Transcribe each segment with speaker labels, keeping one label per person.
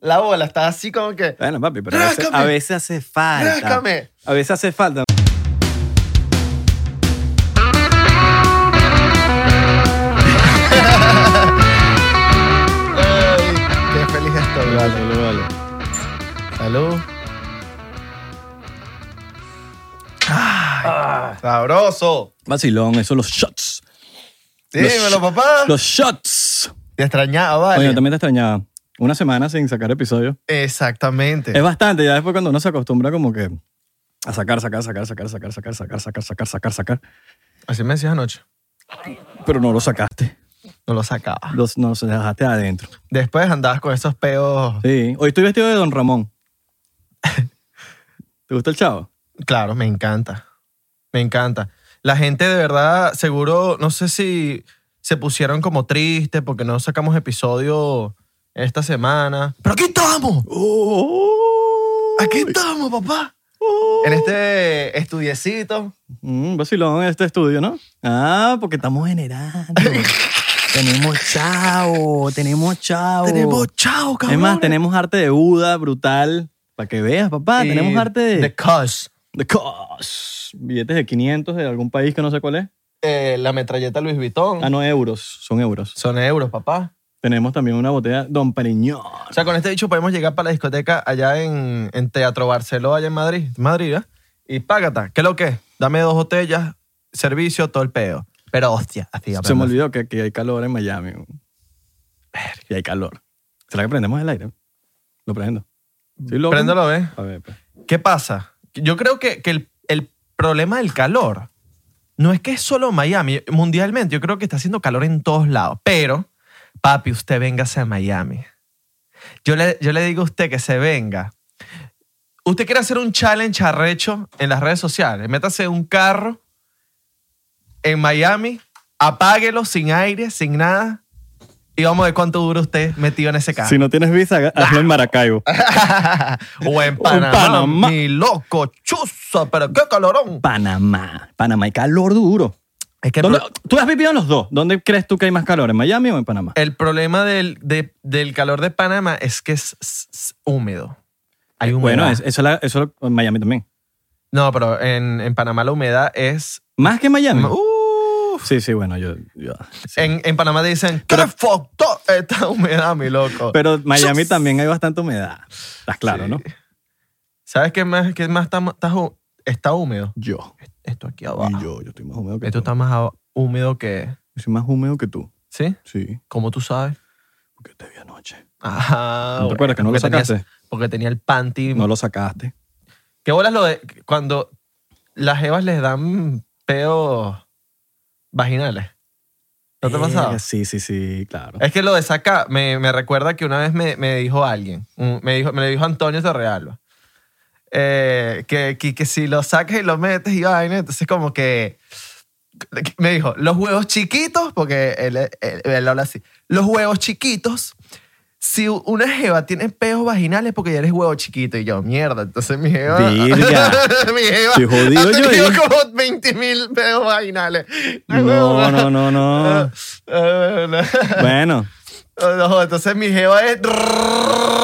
Speaker 1: la bola, estaba así como que.
Speaker 2: Bueno, papi, pero a veces,
Speaker 1: Ráscame.
Speaker 2: a veces hace falta.
Speaker 1: ¡Ráscame!
Speaker 2: A veces hace falta.
Speaker 1: ¡Ay! ¡Qué feliz estoy! Vale. Salud. ¡Ay! ¡Sabroso!
Speaker 2: Vacilón, eso, los shots.
Speaker 1: Dímelo, papá.
Speaker 2: Los shots.
Speaker 1: Te extrañaba,
Speaker 2: Oye,
Speaker 1: Ah. vale.
Speaker 2: también te extrañaba. Una semana sin sacar episodio.
Speaker 1: Exactamente.
Speaker 2: Es bastante, ya después cuando uno se acostumbra como que a sacar, sacar, sacar, sacar, sacar, sacar, sacar, sacar, sacar, sacar, sacar.
Speaker 1: Así me decías anoche.
Speaker 2: Pero no lo sacaste.
Speaker 1: No lo sacaba.
Speaker 2: Los, nos dejaste adentro.
Speaker 1: Después andabas con esos peos.
Speaker 2: Sí. Hoy estoy vestido de Don Ramón. ¿Te gusta el chavo?
Speaker 1: Claro, me encanta. Me encanta. La gente de verdad, seguro, no sé si se pusieron como tristes porque no sacamos episodio esta semana. Pero aquí estamos. Aquí estamos, papá.
Speaker 2: Oh.
Speaker 1: En este estudiecito.
Speaker 2: Mm, vacilón este estudio, ¿no? Ah, porque estamos generando. tenemos chavo, tenemos chavo.
Speaker 1: chao,
Speaker 2: Es más, tenemos arte de Buda, brutal. Para que veas, papá, tenemos arte Eh, de...
Speaker 1: The Cuz.
Speaker 2: de cos. Billetes de 500 de algún país que no sé cuál es.
Speaker 1: Eh, la metralleta Luis Vuitton.
Speaker 2: Ah, no, euros. Son euros.
Speaker 1: Son euros, papá.
Speaker 2: Tenemos también una botella Don Periñón.
Speaker 1: O sea, con este dicho podemos llegar para la discoteca allá en, en Teatro Barceló, allá en Madrid. Madrid, ¿eh? Y págata. ¿Qué es lo que es? Dame dos botellas, servicio, todo el pedo. Pero hostia, así
Speaker 2: Se me
Speaker 1: hablando.
Speaker 2: olvidó que aquí hay calor en Miami. Y hay calor. ¿Será que prendemos el aire? Lo prendo. ¿Sí, loco?
Speaker 1: Préndelo, ¿eh? ¿ves?
Speaker 2: A ver, pues.
Speaker 1: ¿Qué pasa? Yo creo que, que el, el problema del calor no es que es solo Miami. Mundialmente, yo creo que está haciendo calor en todos lados. Pero, papi, usted véngase a Miami. Yo le, yo le digo a usted que se venga. Usted quiere hacer un challenge arrecho en las redes sociales. Métase en un carro en Miami, apáguelo sin aire, sin nada. Y vamos a ver cuánto dura usted metido en ese carro.
Speaker 2: Si no tienes visa, haga- hazlo
Speaker 1: Ah.
Speaker 2: en Maracaibo.
Speaker 1: o en Panamá,
Speaker 2: Panamá, Panamá.
Speaker 1: mi loco, chuzo, pero qué calorón.
Speaker 2: Panamá. Panamá hay calor duro.
Speaker 1: Es que el,
Speaker 2: ¿Dónde-
Speaker 1: pro-
Speaker 2: Tú has vivido en los dos. ¿Dónde crees tú que hay más calor? ¿En Miami o en Panamá?
Speaker 1: el problema del, de- del calor de Panamá es que es, es- es húmedo. Hay humedad.
Speaker 2: Bueno, es- eso, la- eso en Miami también.
Speaker 1: No, pero en, en Panamá la humedad es...
Speaker 2: Más que en Miami.
Speaker 1: Uf.
Speaker 2: Sí, sí, bueno, yo- yo
Speaker 1: En, en Panamá dicen, ¿qué
Speaker 2: Pero-
Speaker 1: factor esta humedad, mi loco?
Speaker 2: Pero Miami
Speaker 1: Chus.
Speaker 2: también hay bastante humedad. Estás claro,
Speaker 1: Sí.
Speaker 2: ¿no?
Speaker 1: ¿Sabes qué más, qué más está, está hu- está húmedo?
Speaker 2: Yo.
Speaker 1: Esto aquí abajo.
Speaker 2: Yo, yo estoy más húmedo que
Speaker 1: Esto
Speaker 2: tú.
Speaker 1: está más a- húmedo que...
Speaker 2: Yo soy más húmedo que tú.
Speaker 1: ¿Sí?
Speaker 2: Sí,
Speaker 1: ¿Cómo tú sabes?
Speaker 2: porque te vi anoche.
Speaker 1: Ajá.
Speaker 2: ¿No te acuerdas que no lo sacaste?
Speaker 1: Ah, porque tenía el panty
Speaker 2: No lo sacaste.
Speaker 1: ¿Qué bolas lo de cuando las evas les dan peos vaginales? ¿No te ha pasado? Eh,
Speaker 2: Eh, Sí, sí, sí, claro.
Speaker 1: Es que lo de saca me, me recuerda que una vez me, me dijo alguien, mm, me, dijo, me lo dijo Antonio Torrealba, eh, que, que, que si lo sacas y lo metes y vaina, entonces como que me dijo, los huevos chiquitos, porque él, él- él habla así, los huevos chiquitos, si una jeva tiene peos vaginales porque ya eres huevo chiquito y yo, mierda, entonces mi jeva...
Speaker 2: Virga.
Speaker 1: mi jeva
Speaker 2: Estoy jodido
Speaker 1: ha
Speaker 2: yo
Speaker 1: tenido
Speaker 2: ahí.
Speaker 1: como 20 mil peos vaginales.
Speaker 2: No, no, no,
Speaker 1: Eh.
Speaker 2: no. Bueno,
Speaker 1: No, entonces mi jeva es.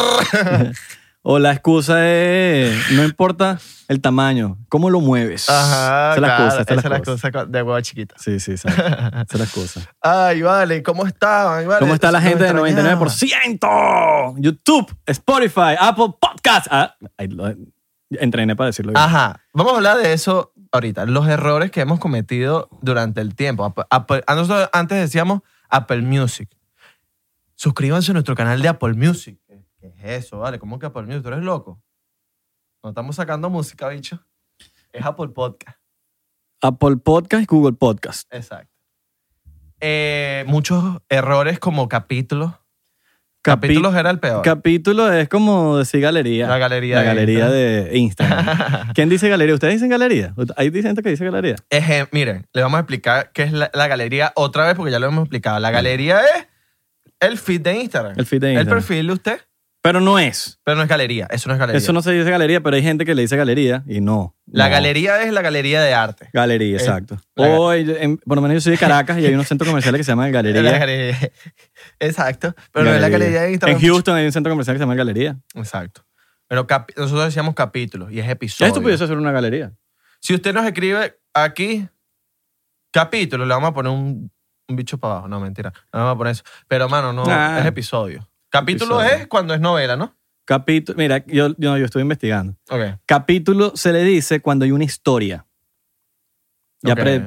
Speaker 2: o la excusa es, no importa el tamaño, cómo lo mueves.
Speaker 1: Ajá,
Speaker 2: esa es la
Speaker 1: claro,
Speaker 2: excusa, esa es la excusa.
Speaker 1: cosa de huevo chiquita.
Speaker 2: Sí, sí, exacto. esa es la excusa.
Speaker 1: Ay, vale, ¿cómo estaban? Vale,
Speaker 2: ¿Cómo está la
Speaker 1: me
Speaker 2: gente de
Speaker 1: extrañaba.
Speaker 2: 99%? YouTube, Spotify, Apple Podcast. Ah, ahí lo- entrené para decirlo bien.
Speaker 1: Ajá, vamos a hablar de eso ahorita, los errores que hemos cometido durante el tiempo. Apple- Apple- a nosotros antes decíamos Apple Music. Suscríbanse a nuestro canal de Apple Music. ¿Qué qué es eso, vale? ¿Cómo que Apple Music? ¿Tú eres loco? No estamos sacando música, bicho. Es Apple Podcast.
Speaker 2: Apple Podcast y Google Podcast.
Speaker 1: Exacto. Eh, muchos errores como capítulos.
Speaker 2: Capi-
Speaker 1: capítulos era el peor.
Speaker 2: Capítulo es como decir galería.
Speaker 1: La galería
Speaker 2: La
Speaker 1: de
Speaker 2: galería de Instagram. ¿Quién dice galería? ¿Ustedes dicen galería? Hay gente que dice galería.
Speaker 1: Ejem- miren, les vamos a explicar qué es la, la galería otra vez porque ya lo hemos explicado. La galería es el feed de Instagram.
Speaker 2: El feed de
Speaker 1: El
Speaker 2: Instagram.
Speaker 1: perfil de usted.
Speaker 2: Pero no es.
Speaker 1: Pero no es galería, eso no es galería.
Speaker 2: Eso no se dice galería, pero hay gente que le dice galería y no.
Speaker 1: La
Speaker 2: no.
Speaker 1: galería es la galería de arte.
Speaker 2: Galería,
Speaker 1: Eh,
Speaker 2: exacto.
Speaker 1: la ga-
Speaker 2: Hoy, en- por lo menos yo soy de Caracas y hay unos centros comerciales que se llaman Galería.
Speaker 1: La galería- Exacto. Pero no es la galería de Instagram.
Speaker 2: En Houston hay un centro comercial que se llama Galería.
Speaker 1: Exacto. Pero capi- nosotros decíamos capítulos y es episodio.
Speaker 2: Esto pudiese ser una galería.
Speaker 1: Si usted nos escribe aquí, capítulo, le vamos a poner un, un bicho para abajo. No, mentira. No le vamos a poner eso. Pero, mano, no,
Speaker 2: Nah.
Speaker 1: es episodio. Capítulo
Speaker 2: Episodio.
Speaker 1: es cuando es novela, ¿no?
Speaker 2: Capítulo, mira, yo, yo, yo estuve investigando.
Speaker 1: Ok.
Speaker 2: Capítulo se le dice cuando hay una historia. Ya
Speaker 1: Ok.
Speaker 2: pre-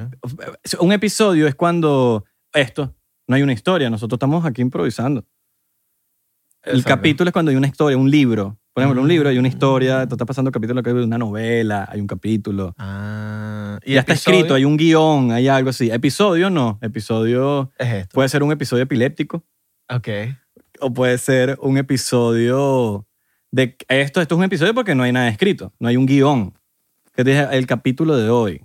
Speaker 2: un episodio es cuando esto, no hay una historia, nosotros estamos aquí improvisando. El
Speaker 1: Exacto.
Speaker 2: capítulo es cuando hay una historia, un libro. Por ejemplo, un libro hay una historia,
Speaker 1: Mm.
Speaker 2: tú estás pasando capítulo, que hay una novela, hay un capítulo.
Speaker 1: Ah, y
Speaker 2: Ya está
Speaker 1: episodio
Speaker 2: escrito, hay un guión, hay algo así. Episodio no, episodio
Speaker 1: Es esto.
Speaker 2: puede ser un episodio epiléptico
Speaker 1: Ok.
Speaker 2: o puede ser un episodio de esto, esto es un episodio porque no hay nada escrito, no hay un guión. Que te dije, el capítulo de hoy.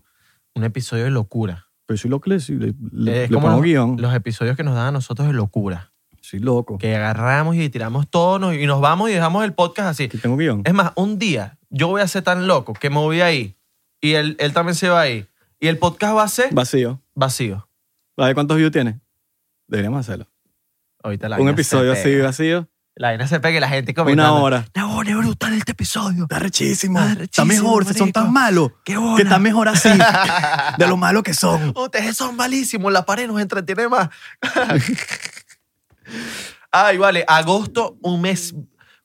Speaker 1: Un episodio de locura.
Speaker 2: Pero soy loco, le, le, le-
Speaker 1: Eh, es
Speaker 2: le
Speaker 1: como
Speaker 2: pongo
Speaker 1: los,
Speaker 2: guión.
Speaker 1: los episodios que nos dan a nosotros de locura.
Speaker 2: soy loco.
Speaker 1: Que agarramos y tiramos todos nos- y nos vamos y dejamos el podcast así.
Speaker 2: Aquí tengo guión.
Speaker 1: Es más, un día yo voy a ser tan loco que me voy ahí y él, él también se va ahí. Y el podcast va a ser
Speaker 2: Vacío.
Speaker 1: vacío.
Speaker 2: A ver cuántos views tiene. Deberíamos hacerlo.
Speaker 1: Ahorita la
Speaker 2: Un
Speaker 1: vaina se
Speaker 2: episodio así
Speaker 1: pega.
Speaker 2: vacío.
Speaker 1: La vaina se pega y la gente comentando.
Speaker 2: Una hora.
Speaker 1: No, bueno, es brutal este episodio.
Speaker 2: Está rechísimo.
Speaker 1: Está rechísimo, marico.
Speaker 2: malos.
Speaker 1: Qué bola.
Speaker 2: mejor así. de lo malo que son.
Speaker 1: Ustedes son malísimos. La pared nos entretiene más. Ay, vale. Agosto, un mes.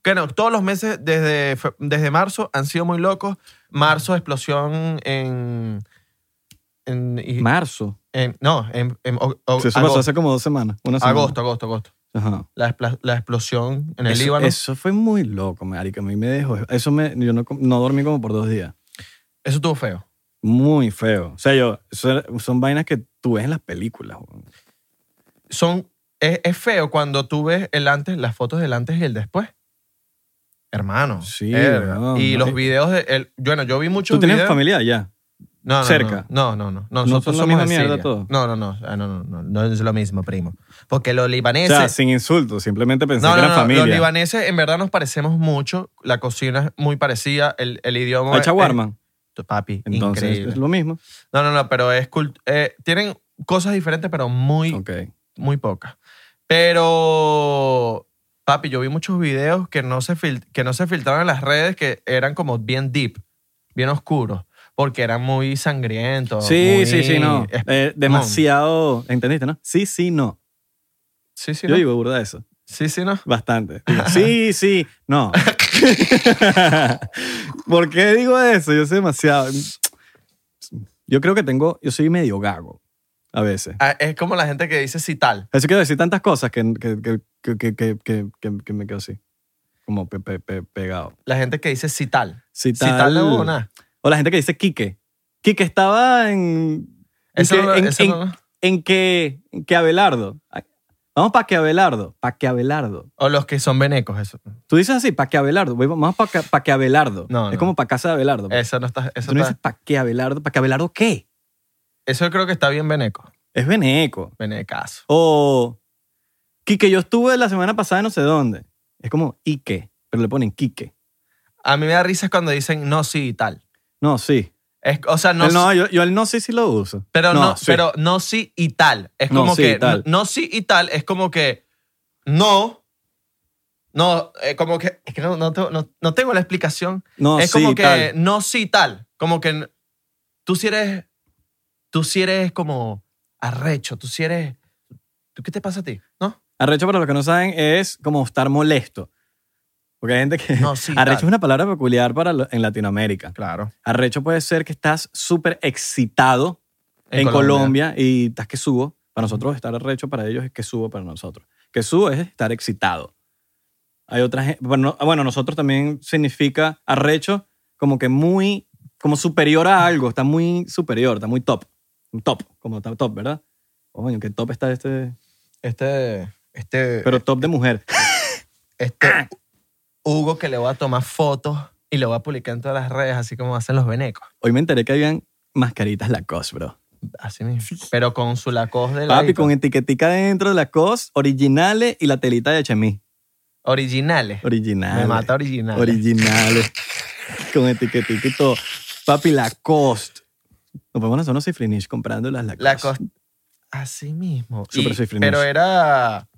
Speaker 1: Que no, todos los meses desde, fe- desde marzo han sido muy locos. Marzo, explosión en. en, y-
Speaker 2: Marzo.
Speaker 1: en- no, en, en o- o-
Speaker 2: Sí, eso pasó
Speaker 1: agosto,
Speaker 2: hace como dos semanas. Una semana.
Speaker 1: agosto, agosto, agosto.
Speaker 2: Ajá.
Speaker 1: La, expla- la explosión en el
Speaker 2: eso,
Speaker 1: Líbano.
Speaker 2: eso fue muy loco, marica. A mí me dejó. Eso me, yo no, no dormí como por dos días.
Speaker 1: Eso estuvo feo.
Speaker 2: Muy feo. O sea, yo, eso era- son vainas que tú ves en las películas. weón.
Speaker 1: Son, es, es feo cuando tú ves el antes, las fotos del antes y el después. Hermano.
Speaker 2: Sí,
Speaker 1: verga.
Speaker 2: weón.
Speaker 1: Y los
Speaker 2: Ay.
Speaker 1: videos de. El, bueno, yo vi muchos
Speaker 2: Tú tienes
Speaker 1: videos.
Speaker 2: familia ya.
Speaker 1: No, no, no,
Speaker 2: cerca?
Speaker 1: No, no, no. no.
Speaker 2: ¿No
Speaker 1: Nosotros
Speaker 2: son la
Speaker 1: somos
Speaker 2: misma
Speaker 1: de
Speaker 2: mierda
Speaker 1: Siria.
Speaker 2: todo?
Speaker 1: No, no, no. Ah, No, no, no. No es lo mismo, primo. Porque los
Speaker 2: O
Speaker 1: libaneses.
Speaker 2: sea, sin insultos. Simplemente pensé
Speaker 1: no,
Speaker 2: que
Speaker 1: no,
Speaker 2: eran
Speaker 1: no,
Speaker 2: familia.
Speaker 1: Los libaneses en verdad nos parecemos mucho. La cocina es muy parecida. El, el idioma.
Speaker 2: Hay
Speaker 1: es-
Speaker 2: shawarma.
Speaker 1: es- papi,
Speaker 2: Entonces
Speaker 1: eh, increíble.
Speaker 2: es lo mismo.
Speaker 1: No, no, no, pero es cult- eh, tienen cosas diferentes, pero muy,
Speaker 2: Ok.
Speaker 1: muy pocas. Pero, papi, yo vi muchos videos que no, se fil- que no se filtraron en las redes que eran como bien deep, bien oscuros, porque eran muy sangrientos.
Speaker 2: Sí,
Speaker 1: Oh, muy-
Speaker 2: sí, sí, no.
Speaker 1: es-
Speaker 2: Eh, demasiado. ¿Entendiste, no? Sí, sí, no.
Speaker 1: sí, sí,
Speaker 2: Yo
Speaker 1: no.
Speaker 2: digo burda de eso.
Speaker 1: Sí, sí, no.
Speaker 2: Bastante. Digo, sí, sí, no. ¿Por qué digo eso? Yo soy demasiado. Yo creo que tengo. Yo soy medio gago a veces.
Speaker 1: Ah, Es como la gente que dice sí tal.
Speaker 2: Eso quiero decir tantas cosas que, que, que, que, que, que, que- que- que me quedo así. Como pe- pe- pe- pegado.
Speaker 1: La gente que dice sí tal.
Speaker 2: Si
Speaker 1: Sí tal no hubo nada.
Speaker 2: O la gente que dice Quique. Quique estaba en. en
Speaker 1: Eso
Speaker 2: que-
Speaker 1: no-
Speaker 2: en-
Speaker 1: eso
Speaker 2: en-
Speaker 1: no-
Speaker 2: en que, en que Abelardo. Ay, Vamos para que Abelardo. Para que Abelardo.
Speaker 1: O los que son venecos, eso.
Speaker 2: Tú dices así, para que Abelardo. voy- Vamos para pa que Abelardo.
Speaker 1: No,
Speaker 2: es
Speaker 1: no.
Speaker 2: como para casa de Abelardo.
Speaker 1: Eso no está. Eso,
Speaker 2: Tú no
Speaker 1: está-
Speaker 2: dices para que Abelardo. ¿Para que Abelardo qué?
Speaker 1: eso creo que está bien veneco.
Speaker 2: Es veneco.
Speaker 1: Venecazo.
Speaker 2: O Quique, yo estuve la semana pasada en no sé dónde. Es como Ike, pero le ponen Quique.
Speaker 1: A mí me da risa cuando dicen no, sí y tal.
Speaker 2: No, sí.
Speaker 1: Es, o sea, no,
Speaker 2: El no,
Speaker 1: sí-
Speaker 2: yo, yo el no sí sí lo uso.
Speaker 1: pero no,
Speaker 2: sí.
Speaker 1: pero no sí y tal. Es
Speaker 2: No,
Speaker 1: como
Speaker 2: sí y
Speaker 1: que
Speaker 2: tal.
Speaker 1: no, no, sí y tal es como que no. No, eh, como que es que no, no tengo- no- no tengo la explicación.
Speaker 2: No,
Speaker 1: es
Speaker 2: sí,
Speaker 1: como que
Speaker 2: tal.
Speaker 1: no sí y tal, como que n- tú si eres tú si eres como arrecho, tú si eres ¿tú qué te pasa a ti? ¿No?
Speaker 2: Arrecho, para los que no saben, es como estar molesto. Porque hay gente que...
Speaker 1: No sí. y
Speaker 2: Arrecho es
Speaker 1: tal.
Speaker 2: una palabra peculiar para lo- en Latinoamérica.
Speaker 1: Claro.
Speaker 2: Arrecho puede ser que estás súper excitado en, Colombia. y estás que subo. Para nosotros estar arrecho para ellos es que subo para nosotros. Que subo es estar excitado. Hay otras, gen- bueno, bueno, nosotros también significa arrecho como que muy, como superior a algo, está muy superior, está muy top. Un Top, como está top, ¿verdad? Coño, qué top está este,
Speaker 1: Este este
Speaker 2: pero ah. top de mujer.
Speaker 1: este Hugo que le voy a tomar fotos y lo voy a publicar en todas las redes, así como hacen los venecos.
Speaker 2: Hoy me enteré que habían mascaritas Lacoste, bro.
Speaker 1: Así mismo. Pero con su Lacoste de
Speaker 2: Papi,
Speaker 1: ladito.
Speaker 2: con etiquetica dentro de Lacoste, originales y la telita de chemis.
Speaker 1: Originales.
Speaker 2: Originales.
Speaker 1: Me mata originales.
Speaker 2: Originales. Con etiquetita y todo. Papi, Lacoste. Nos podemos hacer unos cifrinish comprando las Lacoste.
Speaker 1: La costa. Así mismo.
Speaker 2: Super
Speaker 1: Y-
Speaker 2: sifrinish.
Speaker 1: pero era.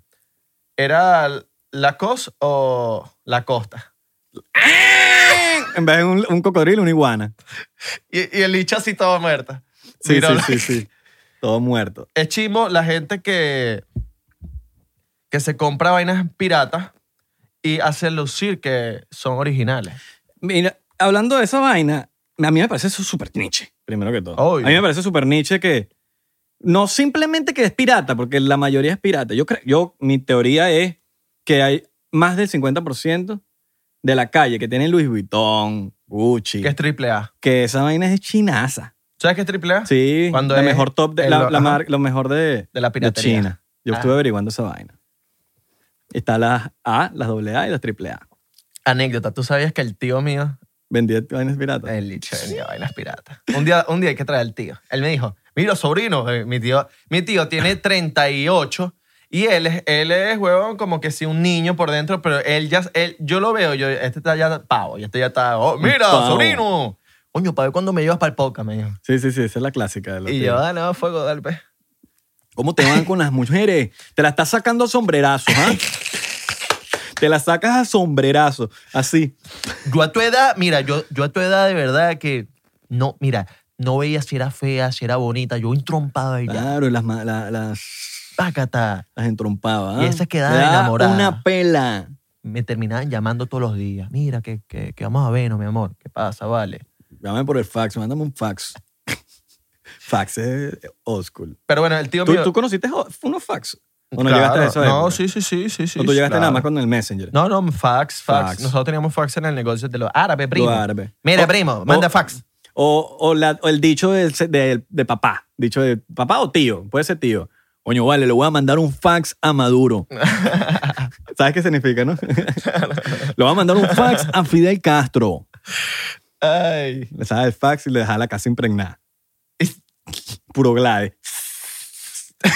Speaker 1: ¿Era la cos o la costa?
Speaker 2: En vez de un, un cocodrilo, una iguana.
Speaker 1: Y, y el bicho así todo muerto.
Speaker 2: Sí,
Speaker 1: Miró la-
Speaker 2: sí, sí, sí. Todo muerto.
Speaker 1: Es chimo la gente que. que se compra vainas piratas y hace lucir que son originales.
Speaker 2: Mira, hablando de esa vaina, a mí me parece eso súper niche, primero que todo.
Speaker 1: Obvio.
Speaker 2: A mí me parece súper niche que no simplemente que es pirata, porque la mayoría es pirata. Yo creo, yo, mi teoría es que hay más del 50% de la calle que tiene Louis Vuitton, Gucci,
Speaker 1: Que
Speaker 2: que,
Speaker 1: es triple A.
Speaker 2: esa vaina es chinaza.
Speaker 1: ¿Sabes qué es triple A?
Speaker 2: Sí,
Speaker 1: Cuando
Speaker 2: la
Speaker 1: es
Speaker 2: mejor top, de,
Speaker 1: el-
Speaker 2: la, la
Speaker 1: ajá.
Speaker 2: mar- lo mejor de,
Speaker 1: De la
Speaker 2: de
Speaker 1: piratería.
Speaker 2: China. Yo
Speaker 1: Ah.
Speaker 2: estuve averiguando esa vaina. Está las A, las AA y las AAA.
Speaker 1: Anécdota, ¿tú sabías que el tío mío
Speaker 2: Vendía vainas piratas.
Speaker 1: El dicho vendía vainas piratas. Un día, un día hay que traer al tío. Él me dijo, mira, sobrino, eh, mi tío, mi tío tiene 38 y él es, él es, huevón, como que sí, un niño por dentro, pero él ya, él, yo lo veo, yo, este está ya pavo, y este ya está, oh, mira,
Speaker 2: Pavo.
Speaker 1: sobrino. Coño, para ver cuándo me llevas para el podcast, me dijo.
Speaker 2: Sí, sí, sí, esa es la clásica. De los
Speaker 1: Y
Speaker 2: tíos.
Speaker 1: yo, ah, no, fuego, dale, pues.
Speaker 2: ¿Cómo te van con las mujeres? Te la estás sacando a sombrerazos, ¿ah? Te la sacas a sombrerazos, así.
Speaker 1: Yo a tu edad, mira, yo, yo a tu edad de verdad que, no, mira, no veía si era fea, si era bonita, yo entrompaba y ya,
Speaker 2: Claro, las, ma- la- las,
Speaker 1: pácata.
Speaker 2: las entrompaba. ¿ah?
Speaker 1: Y esas quedaban
Speaker 2: Le daba
Speaker 1: enamoradas.
Speaker 2: Una pela.
Speaker 1: me terminaban llamando todos los días. Mira, que, que, que vamos a vernos, mi amor. ¿Qué pasa, vale?
Speaker 2: Llámame por el fax, mándame un fax. fax es old school.
Speaker 1: Pero bueno, el tío
Speaker 2: ¿Tú,
Speaker 1: mío...
Speaker 2: tú conociste jo- unos fax? ¿O no
Speaker 1: Claro.
Speaker 2: llegaste a eso?
Speaker 1: No, sí, sí, sí, sí, sí.
Speaker 2: ¿O tú llegaste
Speaker 1: claro.
Speaker 2: nada más con el Messenger?
Speaker 1: No, no, fax, fax,
Speaker 2: Fax. Oh,
Speaker 1: Nosotros teníamos fax en el negocio de los árabes, primo.
Speaker 2: Lo árabe.
Speaker 1: Mira,
Speaker 2: O-
Speaker 1: primo, manda fax.
Speaker 2: O, o la- o el dicho del- de, de papá. Dicho de papá o tío. Puede ser tío. Coño, vale, le voy a mandar un fax a Maduro. ¿Sabes qué significa, no? le voy a mandar un fax a Fidel Castro.
Speaker 1: Ay.
Speaker 2: Le sabes el fax y le deja la casa impregnada. Puro glade.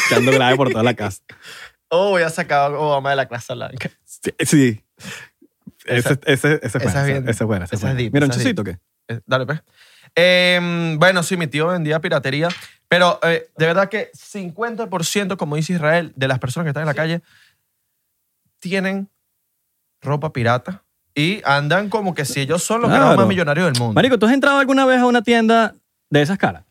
Speaker 2: Echando glade por toda la casa.
Speaker 1: Oh, ya sacaba Obama de la clase blanca.
Speaker 2: Sí. sí. Ese- ese- ese es
Speaker 1: esa es
Speaker 2: bueno.
Speaker 1: bien-
Speaker 2: Ese es bueno. ese
Speaker 1: esa es
Speaker 2: es bueno.
Speaker 1: deep,
Speaker 2: Mira, un
Speaker 1: esa es deep.
Speaker 2: chocito que.
Speaker 1: Eh, Dale, pues. Eh, bueno, sí, mi tío vendía piratería, pero eh, de verdad que 50%, como dice Israel, de las personas que están en la calle tienen ropa pirata y andan como que si ellos son los carajos
Speaker 2: Claro.
Speaker 1: más millonarios del mundo.
Speaker 2: Marico, ¿tú has entrado alguna vez a una tienda de esas caras?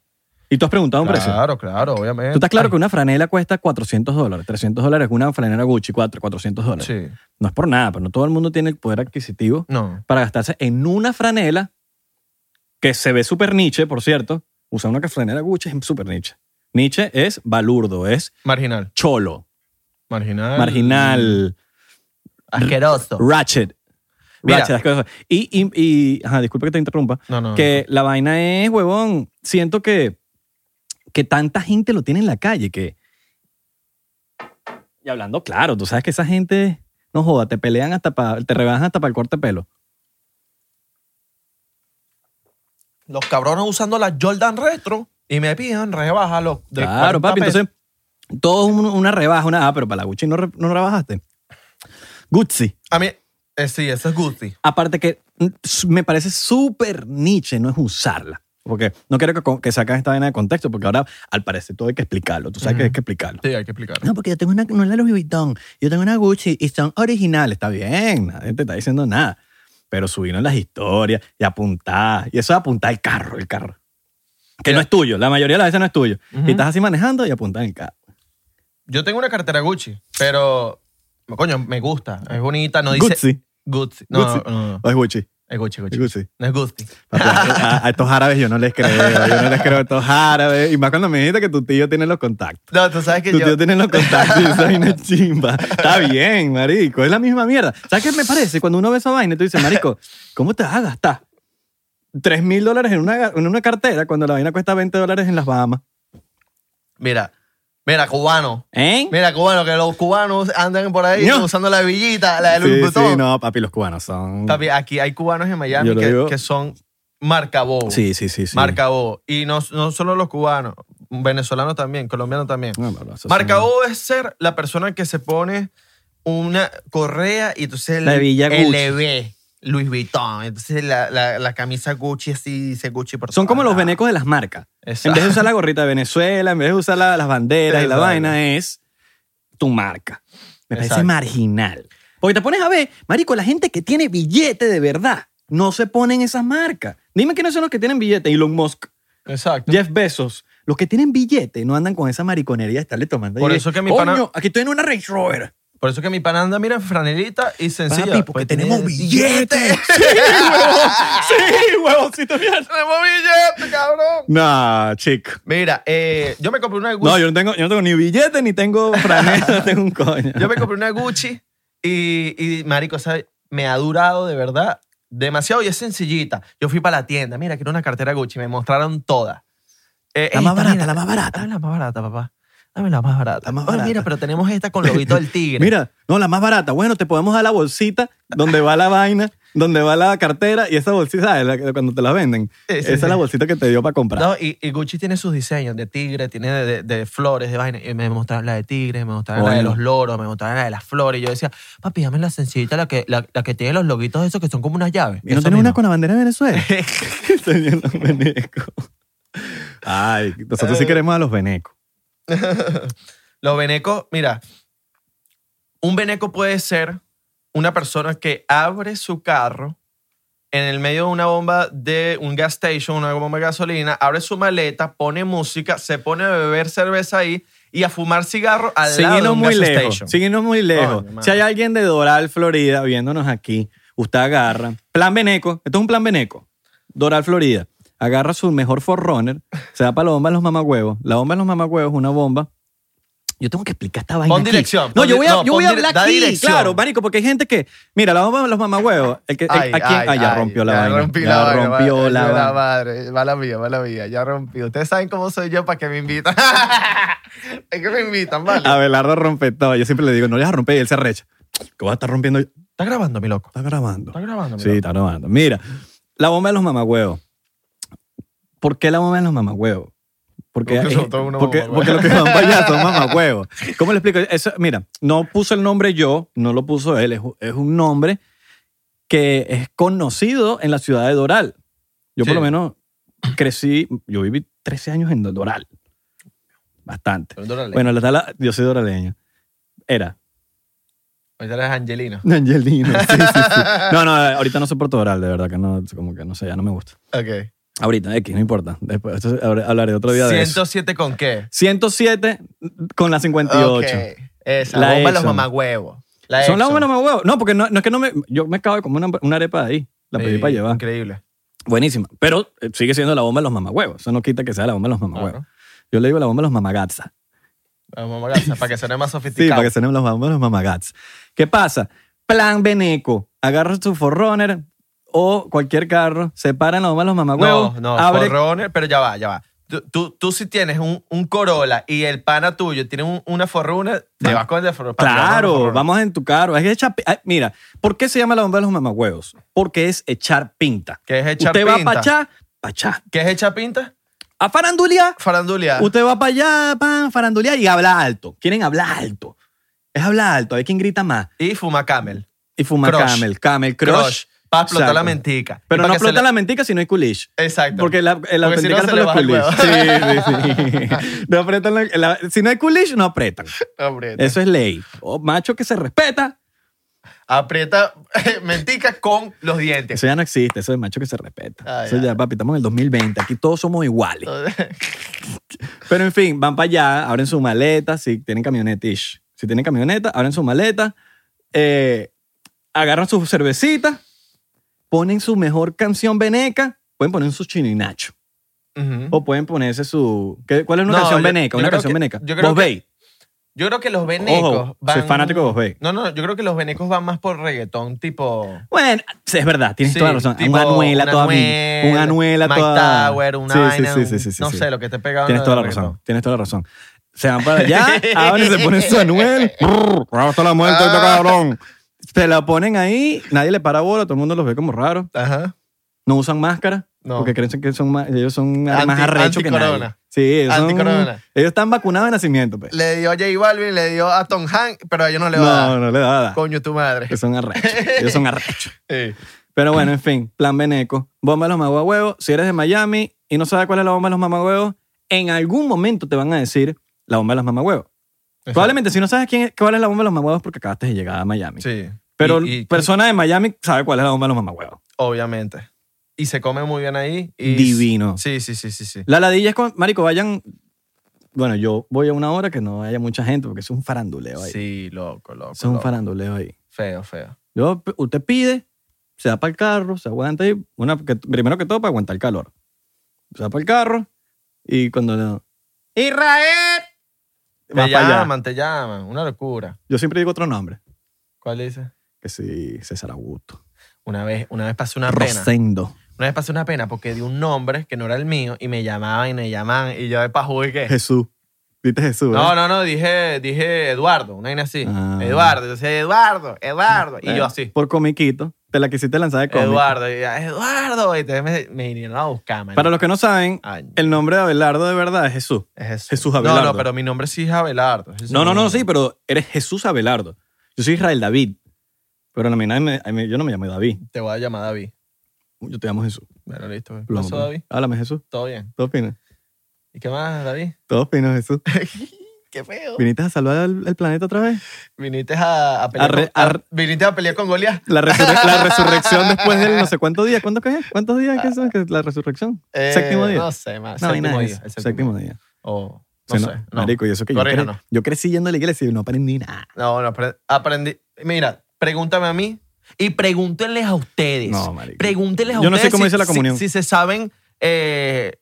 Speaker 2: Y tú has preguntado un precio.
Speaker 1: Claro, claro, obviamente.
Speaker 2: Tú estás claro que una franela cuesta 400 dólares, 300 dólares, una franela Gucci, 4, 400 dólares.
Speaker 1: Sí,
Speaker 2: No es por nada, pero no todo el mundo tiene el poder adquisitivo
Speaker 1: no.
Speaker 2: para gastarse en una franela que se ve súper niche, por cierto. Usar una franela Gucci es súper niche. Niche es balurdo, es
Speaker 1: Marginal.
Speaker 2: cholo,
Speaker 1: Marginal.
Speaker 2: marginal,
Speaker 1: Asqueroso.
Speaker 2: ratchet.
Speaker 1: Mira.
Speaker 2: ratchet, las cosas. Y, y, y- ajá, disculpa que te interrumpa.
Speaker 1: No, no.
Speaker 2: que la vaina es, huevón, siento que, que tanta gente lo tiene en la calle que... Y hablando claro, tú sabes que esa gente, no joda, te pelean hasta para, te rebajan hasta para el corte de pelo.
Speaker 1: Los cabrones usando la Jordan Retro y me piden rebaja los de 40
Speaker 2: claro, papi.
Speaker 1: pesos.
Speaker 2: Entonces, todo es un- una rebaja, una... Ah, pero para la Gucci no, re- no rebajaste. Gucci.
Speaker 1: A mí, eh, sí, eso es Gucci.
Speaker 2: Aparte que mm, s- me parece súper niche, no es usarla. Porque no quiero que, co- que sacan esta vaina de contexto, porque ahora al parecer todo hay que explicarlo. Tú sabes que
Speaker 1: Ujú.
Speaker 2: hay que explicarlo.
Speaker 1: Sí, hay que explicarlo.
Speaker 2: No, porque yo tengo una, no es la Louis Vuitton, yo tengo una Gucci y son originales. Está bien, nadie te está diciendo nada. Pero subieron las historias y apuntar. Y eso es apuntar el carro, el carro. Que no es tuyo, la mayoría de las veces no es tuyo.
Speaker 1: Ujú.
Speaker 2: Y estás así manejando y apuntar el carro.
Speaker 1: Yo tengo una cartera Gucci, pero coño, me gusta, es bonita, no dice
Speaker 2: Gucci.
Speaker 1: Gucci. No,
Speaker 2: Gucci.
Speaker 1: No, no, no,
Speaker 2: ¿O es Gucci?
Speaker 1: es Gucci, Gucci.
Speaker 2: Es Gucci.
Speaker 1: No es Gucci.
Speaker 2: Papi, a, a estos árabes yo no les creo, yo no les creo a estos árabes. Y más cuando me dijiste que tu tío tiene los contactos.
Speaker 1: No, tú sabes que
Speaker 2: Tu
Speaker 1: yo
Speaker 2: tío tiene los contactos y esa vaina es chimba. Está bien, marico. Es la misma mierda. ¿Sabes qué me parece? Cuando uno ve esa vaina, tú dices, marico, ¿cómo te vas a gastar 3 mil dólares en una, en una cartera cuando la vaina cuesta 20 dólares en las Bahamas?
Speaker 1: Mira, mira cubano.
Speaker 2: ¿Eh?
Speaker 1: Mira cubano que los cubanos andan por ahí
Speaker 2: No.
Speaker 1: usando la villita, la de Louis
Speaker 2: Sí,
Speaker 1: Vuitton.
Speaker 2: sí, no, papi, los cubanos son...
Speaker 1: Papi, aquí hay cubanos en Miami
Speaker 2: Yo lo
Speaker 1: que,
Speaker 2: digo.
Speaker 1: que son marca bobo.
Speaker 2: Sí, sí, sí. sí.
Speaker 1: Marca bobo. Y no, no solo los cubanos, venezolanos también, colombianos también.
Speaker 2: No, no, no, eso
Speaker 1: Marca
Speaker 2: son-
Speaker 1: O es ser la persona que se pone una correa y entonces el
Speaker 2: La de Villa Gucci.
Speaker 1: LV, Louis Vuitton. Entonces la, la- la camisa Gucci así dice Gucci por
Speaker 2: Son
Speaker 1: todos
Speaker 2: como los
Speaker 1: lados.
Speaker 2: venecos de las marcas. En
Speaker 1: Exacto.
Speaker 2: vez de usar la gorrita de Venezuela, en vez de usar la- las banderas y la
Speaker 1: Exacto.
Speaker 2: vaina, es tu marca. Me parece
Speaker 1: Exacto.
Speaker 2: marginal. Porque te pones a ver, marico, la gente que tiene billete de verdad no se ponen esas marcas. Dime quiénes son los que tienen billete. Elon Musk,
Speaker 1: Exacto.
Speaker 2: Jeff Bezos. Los que tienen billete no andan con esa mariconería de estarle tomando.
Speaker 1: Por
Speaker 2: aire.
Speaker 1: eso que mi
Speaker 2: Coño,
Speaker 1: pana-
Speaker 2: aquí estoy en una Range Rover.
Speaker 1: Por eso que mi pana anda, mira, franelita y sencilla.
Speaker 2: Papi, porque
Speaker 1: Pues
Speaker 2: tenemos
Speaker 1: tiene-
Speaker 2: billetes. sí, huevón. Sí, huevón. Sí, te fijas.
Speaker 1: ¡Tenemos billetes, cabrón!
Speaker 2: Nah, chico.
Speaker 1: Mira, eh, yo me compré una Gucci.
Speaker 2: No, yo no tengo, yo no tengo ni billete ni tengo franela, no tengo un coño.
Speaker 1: Yo me compré una Gucci y, y marico, o sea, me ha durado de verdad demasiado y es sencillita. Yo fui para la tienda, mira, quiero una cartera Gucci, me mostraron todas. Eh,
Speaker 2: La más
Speaker 1: esta,
Speaker 2: barata,
Speaker 1: mira,
Speaker 2: la más barata.
Speaker 1: Dame la más barata, papá. Dame la más barata.
Speaker 2: La más
Speaker 1: Ay,
Speaker 2: barata.
Speaker 1: mira, pero tenemos esta con lobito del tigre.
Speaker 2: Mira, no, la más barata. Bueno, te podemos dar la bolsita donde va la vaina, donde va la cartera y esa bolsita, ¿sabes? La que- cuando te la venden.
Speaker 1: Sí, sí,
Speaker 2: esa es
Speaker 1: sí.
Speaker 2: la bolsita que te dio para comprar.
Speaker 1: No, y, y Gucci tiene sus diseños de tigre, tiene de, de- de flores, de vaina. Y me mostraron la de tigre, me mostraron la de
Speaker 2: Bueno.
Speaker 1: los loros, me mostraron la de las flores. Y yo decía, papi, dame la sencillita, la que, la, la que tiene los loguitos esos que son como unas llaves.
Speaker 2: ¿Y no
Speaker 1: Eso
Speaker 2: tenés una
Speaker 1: mismo.
Speaker 2: con la bandera de Venezuela? Señor los venecos. Ay, nosotros sí queremos a los venecos.
Speaker 1: Los venecos, mira, un veneco puede ser una persona que abre su carro en el medio de una bomba de un gas station, una bomba de gasolina, abre su maleta, pone música, se pone a beber cerveza ahí y a fumar cigarro al
Speaker 2: Sin
Speaker 1: lado de
Speaker 2: irnos
Speaker 1: un
Speaker 2: muy
Speaker 1: gas
Speaker 2: lejos.
Speaker 1: station.
Speaker 2: Sin irnos muy lejos.
Speaker 1: Coño,
Speaker 2: si hay
Speaker 1: mano.
Speaker 2: alguien de Doral, Florida, viéndonos aquí, usted agarra. Plan Beneco. Esto es un plan Beneco. Doral, Florida. Agarra su mejor forerunner, se da para la bomba de los mamagüevos. La bomba de los mamagüevos es una bomba. Yo tengo que explicar esta vaina.
Speaker 1: Pon
Speaker 2: aquí.
Speaker 1: dirección,
Speaker 2: No,
Speaker 1: pon
Speaker 2: yo
Speaker 1: di-
Speaker 2: voy a,
Speaker 1: no,
Speaker 2: yo voy
Speaker 1: pon
Speaker 2: a
Speaker 1: dire-
Speaker 2: hablar
Speaker 1: da
Speaker 2: aquí.
Speaker 1: dirección.
Speaker 2: Claro, marico, porque hay gente que. Mira, la bomba de los mamagüevos. El que, el-
Speaker 1: Ay,
Speaker 2: ¿a quién?
Speaker 1: ay,
Speaker 2: Ah, ya
Speaker 1: ay,
Speaker 2: rompió la
Speaker 1: ya
Speaker 2: vaina.
Speaker 1: rompí
Speaker 2: ya
Speaker 1: la vaina,
Speaker 2: rompió
Speaker 1: madre,
Speaker 2: la
Speaker 1: yo
Speaker 2: vaina.
Speaker 1: madre, mala mía, mala mía, ya rompí. Ustedes saben cómo soy yo para que me invitan. es que me invitan, vale.
Speaker 2: Abelardo rompe todo. Yo siempre le digo, no le vas a romper. Y él se arrecha. ¿Qué vas a estar rompiendo? Está
Speaker 1: ¿Estás grabando, mi loco?
Speaker 2: grabando.
Speaker 1: ¿Estás grabando, mi
Speaker 2: Sí,
Speaker 1: loco?
Speaker 2: está grabando. Mira, la bomba de los mamagüeos. ¿Por qué la bomba de los mamagüeos? Porque,
Speaker 1: Porque
Speaker 2: hay-
Speaker 1: son todos unos
Speaker 2: porque,
Speaker 1: mamagüeos.
Speaker 2: porque los que van para allá son mamagüeos. ¿Cómo le explico? Eso, mira, no puso el nombre yo, no lo puso él. Es, es un nombre que es conocido en la ciudad de Doral. Yo por
Speaker 1: Sí.
Speaker 2: lo menos crecí, yo viví 13 años en Doral. Bastante.
Speaker 1: Dórale.
Speaker 2: Bueno, la, la, yo soy doraleño. Era.
Speaker 1: Ahorita eres Angelina.
Speaker 2: Angelino. Sí, sí, sí. No, no, ahorita no soporto oral, de verdad que no, como que no sé, ya no me gusta.
Speaker 1: Ok.
Speaker 2: Ahorita, X, no importa. Después esto habl- hablaré otro día de eso.
Speaker 1: 107 con qué?
Speaker 2: 107 con la 58.
Speaker 1: Ok, Esa,
Speaker 2: La
Speaker 1: la bomba de los
Speaker 2: Exxon.
Speaker 1: mamagüevos. La
Speaker 2: Son las
Speaker 1: Exxon.
Speaker 2: buenas me huevos. No, porque no, no es que no me. Yo me acabo de comer una, una arepa de ahí. La pedí
Speaker 1: Sí,
Speaker 2: para llevar. Ah,
Speaker 1: Increíble.
Speaker 2: Buenísima. Pero eh, sigue siendo la bomba de los mamagüevos. Eso no quita que sea la bomba de los mamagüevos.
Speaker 1: Claro.
Speaker 2: Yo le digo la bomba de los mamagazas.
Speaker 1: La mamagaza, para que suene más
Speaker 2: Sí,
Speaker 1: sofisticado.
Speaker 2: para que se den los mamás, los mamagats. ¿Qué pasa? Plan Beneco. Agarra tu forrunner o cualquier carro, separan los mamás, los mamagüevos.
Speaker 1: No, no,
Speaker 2: abre-
Speaker 1: forrunner, pero ya va, ya va. Tú, tú, tú si tienes un, un Corolla y el pana tuyo tiene un- una forruna, te
Speaker 2: Va-
Speaker 1: vas con el de forruna.
Speaker 2: Claro, vamos en tu carro. Es echar pi- ay, Mira, ¿por qué se llama la bomba de los mamagüevos? Porque es echar pinta.
Speaker 1: ¿Qué es echar
Speaker 2: Usted va
Speaker 1: pinta?
Speaker 2: para allá, para allá.
Speaker 1: ¿Qué es echar pinta?
Speaker 2: A farandulear.
Speaker 1: Farandulear.
Speaker 2: Usted va para allá, pan, farandulear y habla alto. Quieren hablar alto. Es hablar alto. Hay quien grita más.
Speaker 1: Y fuma camel.
Speaker 2: Y fuma
Speaker 1: Crush.
Speaker 2: camel, camel, crush.
Speaker 1: Para explotar
Speaker 2: Exacto.
Speaker 1: la mentica. Y
Speaker 2: Pero no
Speaker 1: para que se
Speaker 2: explota
Speaker 1: le-
Speaker 2: la mentica si no hay culish.
Speaker 1: Exacto.
Speaker 2: Porque la, la
Speaker 1: Porque si no,
Speaker 2: auténtica
Speaker 1: se le
Speaker 2: son los
Speaker 1: baja el
Speaker 2: coolish.
Speaker 1: huevo.
Speaker 2: Sí, sí, sí. No apretan la- la- si no hay coolish, no apretan.
Speaker 1: Aprieta.
Speaker 2: Eso es ley. O macho que se respeta.
Speaker 1: Aprieta mentica con los dientes.
Speaker 2: Eso ya no existe. Eso es macho que se respeta.
Speaker 1: Ah,
Speaker 2: eso
Speaker 1: ya.
Speaker 2: ya. papi, estamos en el 2020. Aquí todos somos iguales. Pero en fin, van para allá, abren su maleta. Si tienen camionetish. Si tienen camioneta, abren su maleta. eh, agarran sus cervecitas. Ponen su mejor canción veneca. Pueden poner su chininacho.
Speaker 1: Ujú.
Speaker 2: O pueden ponerse su. ¿qué- ¿Cuál es una
Speaker 1: No,
Speaker 2: canción
Speaker 1: yo-
Speaker 2: veneca?
Speaker 1: yo
Speaker 2: Una
Speaker 1: creo
Speaker 2: canción
Speaker 1: que-
Speaker 2: veneca.
Speaker 1: yo creo
Speaker 2: Vos
Speaker 1: que-
Speaker 2: veis.
Speaker 1: Yo creo que los venecos
Speaker 2: Ojo,
Speaker 1: van.
Speaker 2: soy fanático de los Bey.
Speaker 1: No, no, yo creo que los venecos van más por reggaetón, tipo.
Speaker 2: Bueno, sí, es verdad, tienes
Speaker 1: Sí,
Speaker 2: toda la razón.
Speaker 1: tipo,
Speaker 2: una anuela
Speaker 1: un
Speaker 2: toda
Speaker 1: Anuel,
Speaker 2: mil. Una anuela
Speaker 1: Mike
Speaker 2: toda.
Speaker 1: Tower, una
Speaker 2: Sí, sí,
Speaker 1: vaina.
Speaker 2: sí, sí,
Speaker 1: un-
Speaker 2: sí, sí,
Speaker 1: no
Speaker 2: sí.
Speaker 1: sé, lo que te pegaba.
Speaker 2: Tienes toda la razón. Tienes toda la razón. Se van para allá, abren, se ponen su anuel. brrr, Ahora está la
Speaker 1: Ah.
Speaker 2: muerte, este cabrón. Se la ponen ahí, nadie le para bola, todo el mundo los ve como raros.
Speaker 1: Ajá.
Speaker 2: No usan máscara,
Speaker 1: No.
Speaker 2: porque creen que son más, ellos son más
Speaker 1: Anti-
Speaker 2: arrechos que nadie.
Speaker 1: anticorona.
Speaker 2: Sí, son-
Speaker 1: Anticorona.
Speaker 2: Ellos están vacunados de nacimiento, pues.
Speaker 1: Le dio a J Balvin, le dio a Tom Hanks, pero a ellos no le va a
Speaker 2: No,
Speaker 1: dar.
Speaker 2: no le va a dar.
Speaker 1: Coño, tu madre.
Speaker 2: Ellos son arrechos. Ellos son arrechos.
Speaker 1: Sí.
Speaker 2: Pero bueno, en fin, plan Beneco. Bomba de los mamahuevos. Si eres de Miami y no sabes cuál es la bomba de los mamahuevos, en algún momento te van a decir la bomba de los mamahuevos. Probablemente si no sabes quién es, cuál es la bomba de los mamahuevos porque acabaste de llegar a Miami.
Speaker 1: Sí.
Speaker 2: Pero
Speaker 1: Y- y-
Speaker 2: persona de Miami sabe cuál es la bomba de los mamahuevos.
Speaker 1: Obviamente. Y se come muy bien ahí. Y
Speaker 2: Divino.
Speaker 1: Sí, sí, sí, sí, sí.
Speaker 2: La ladilla es con... Marico, vayan... Bueno, yo voy a una hora que no haya mucha gente porque eso es un faranduleo ahí.
Speaker 1: Sí, loco, loco.
Speaker 2: Eso es un
Speaker 1: loco.
Speaker 2: faranduleo ahí.
Speaker 1: Feo, feo.
Speaker 2: Yo, usted pide, se da para el carro, se aguanta ahí. Una, que- primero que todo, para aguantar el calor. Se da para el carro y cuando no. ¡Israel! Va
Speaker 1: Te
Speaker 2: para allá.
Speaker 1: llaman, te llaman. Una locura.
Speaker 2: Yo siempre digo otro nombre.
Speaker 1: ¿Cuál dices?
Speaker 2: Que sí, César Augusto.
Speaker 1: Una vez, una vez pasé una pena.
Speaker 2: Rosendo.
Speaker 1: Una vez pasé una pena porque di un nombre que no era el mío y me llamaban y me llamaban y yo de pajú y qué.
Speaker 2: Jesús. ¿Viste Jesús?
Speaker 1: Eh. No,
Speaker 2: eh?
Speaker 1: no, no, dije, dije Eduardo, una vaina así.
Speaker 2: Ah.
Speaker 1: Eduardo, yo decía Eduardo, Eduardo. Y yo
Speaker 2: Eh,
Speaker 1: así,
Speaker 2: Por comiquito. Te la quisiste lanzar de cómico.
Speaker 1: Eduardo, y ya, Eduardo. Y entonces me, me vinieron a buscar, man.
Speaker 2: Para los que no saben, el nombre de Abelardo de verdad es Jesús.
Speaker 1: es Jesús.
Speaker 2: Jesús
Speaker 1: No,
Speaker 2: Abelardo.
Speaker 1: no, pero mi nombre sí es Abelardo. Jesús
Speaker 2: No, no, no,
Speaker 1: Abelardo.
Speaker 2: sí, pero eres Jesús Abelardo. Yo soy Israel David. Pero a mí nadie me- a mí- yo no me llamo David.
Speaker 1: Te voy a llamar David.
Speaker 2: Yo te llamo Jesús.
Speaker 1: Bueno, listo. ¿Qué
Speaker 2: Lo
Speaker 1: pasó,
Speaker 2: amo. pues.
Speaker 1: David?
Speaker 2: Háblame, Jesús.
Speaker 1: Todo bien.
Speaker 2: ¿Todo opinas?
Speaker 1: ¿Y qué más, David?
Speaker 2: ¿Todo opinas, Jesús?
Speaker 1: Qué feo.
Speaker 2: ¿Viniste a salvar al- el planeta otra vez?
Speaker 1: Viniste a, a pelear.
Speaker 2: A re-
Speaker 1: con, a-
Speaker 2: a re-
Speaker 1: viniste a pelear con Goliat.
Speaker 2: La, resurre- la resurrección después de no sé cuántos días. ¿Cuántos qué? ¿Cuántos días que es eso? que la resurrección?
Speaker 1: Eh,
Speaker 2: Séptimo día.
Speaker 1: No sé, man.
Speaker 2: No, ni
Speaker 1: séptimo
Speaker 2: nada de
Speaker 1: día.
Speaker 2: eso.
Speaker 1: el
Speaker 2: Séptimo día.
Speaker 1: O,
Speaker 2: O
Speaker 1: no
Speaker 2: sea,
Speaker 1: sé.
Speaker 2: no,
Speaker 1: No.
Speaker 2: Marico, y eso que yo,
Speaker 1: Corríjanos.
Speaker 2: cre- yo crecí yendo a la iglesia y no aprendí nada.
Speaker 1: No, no, apre- aprendí. Mira, pregúntame a mí y pregúntenles a ustedes.
Speaker 2: No, marico.
Speaker 1: Pregúntenles a
Speaker 2: Yo no
Speaker 1: ustedes
Speaker 2: sé cómo
Speaker 1: si-
Speaker 2: dice la
Speaker 1: si-
Speaker 2: comunión.
Speaker 1: Si, se saben eh,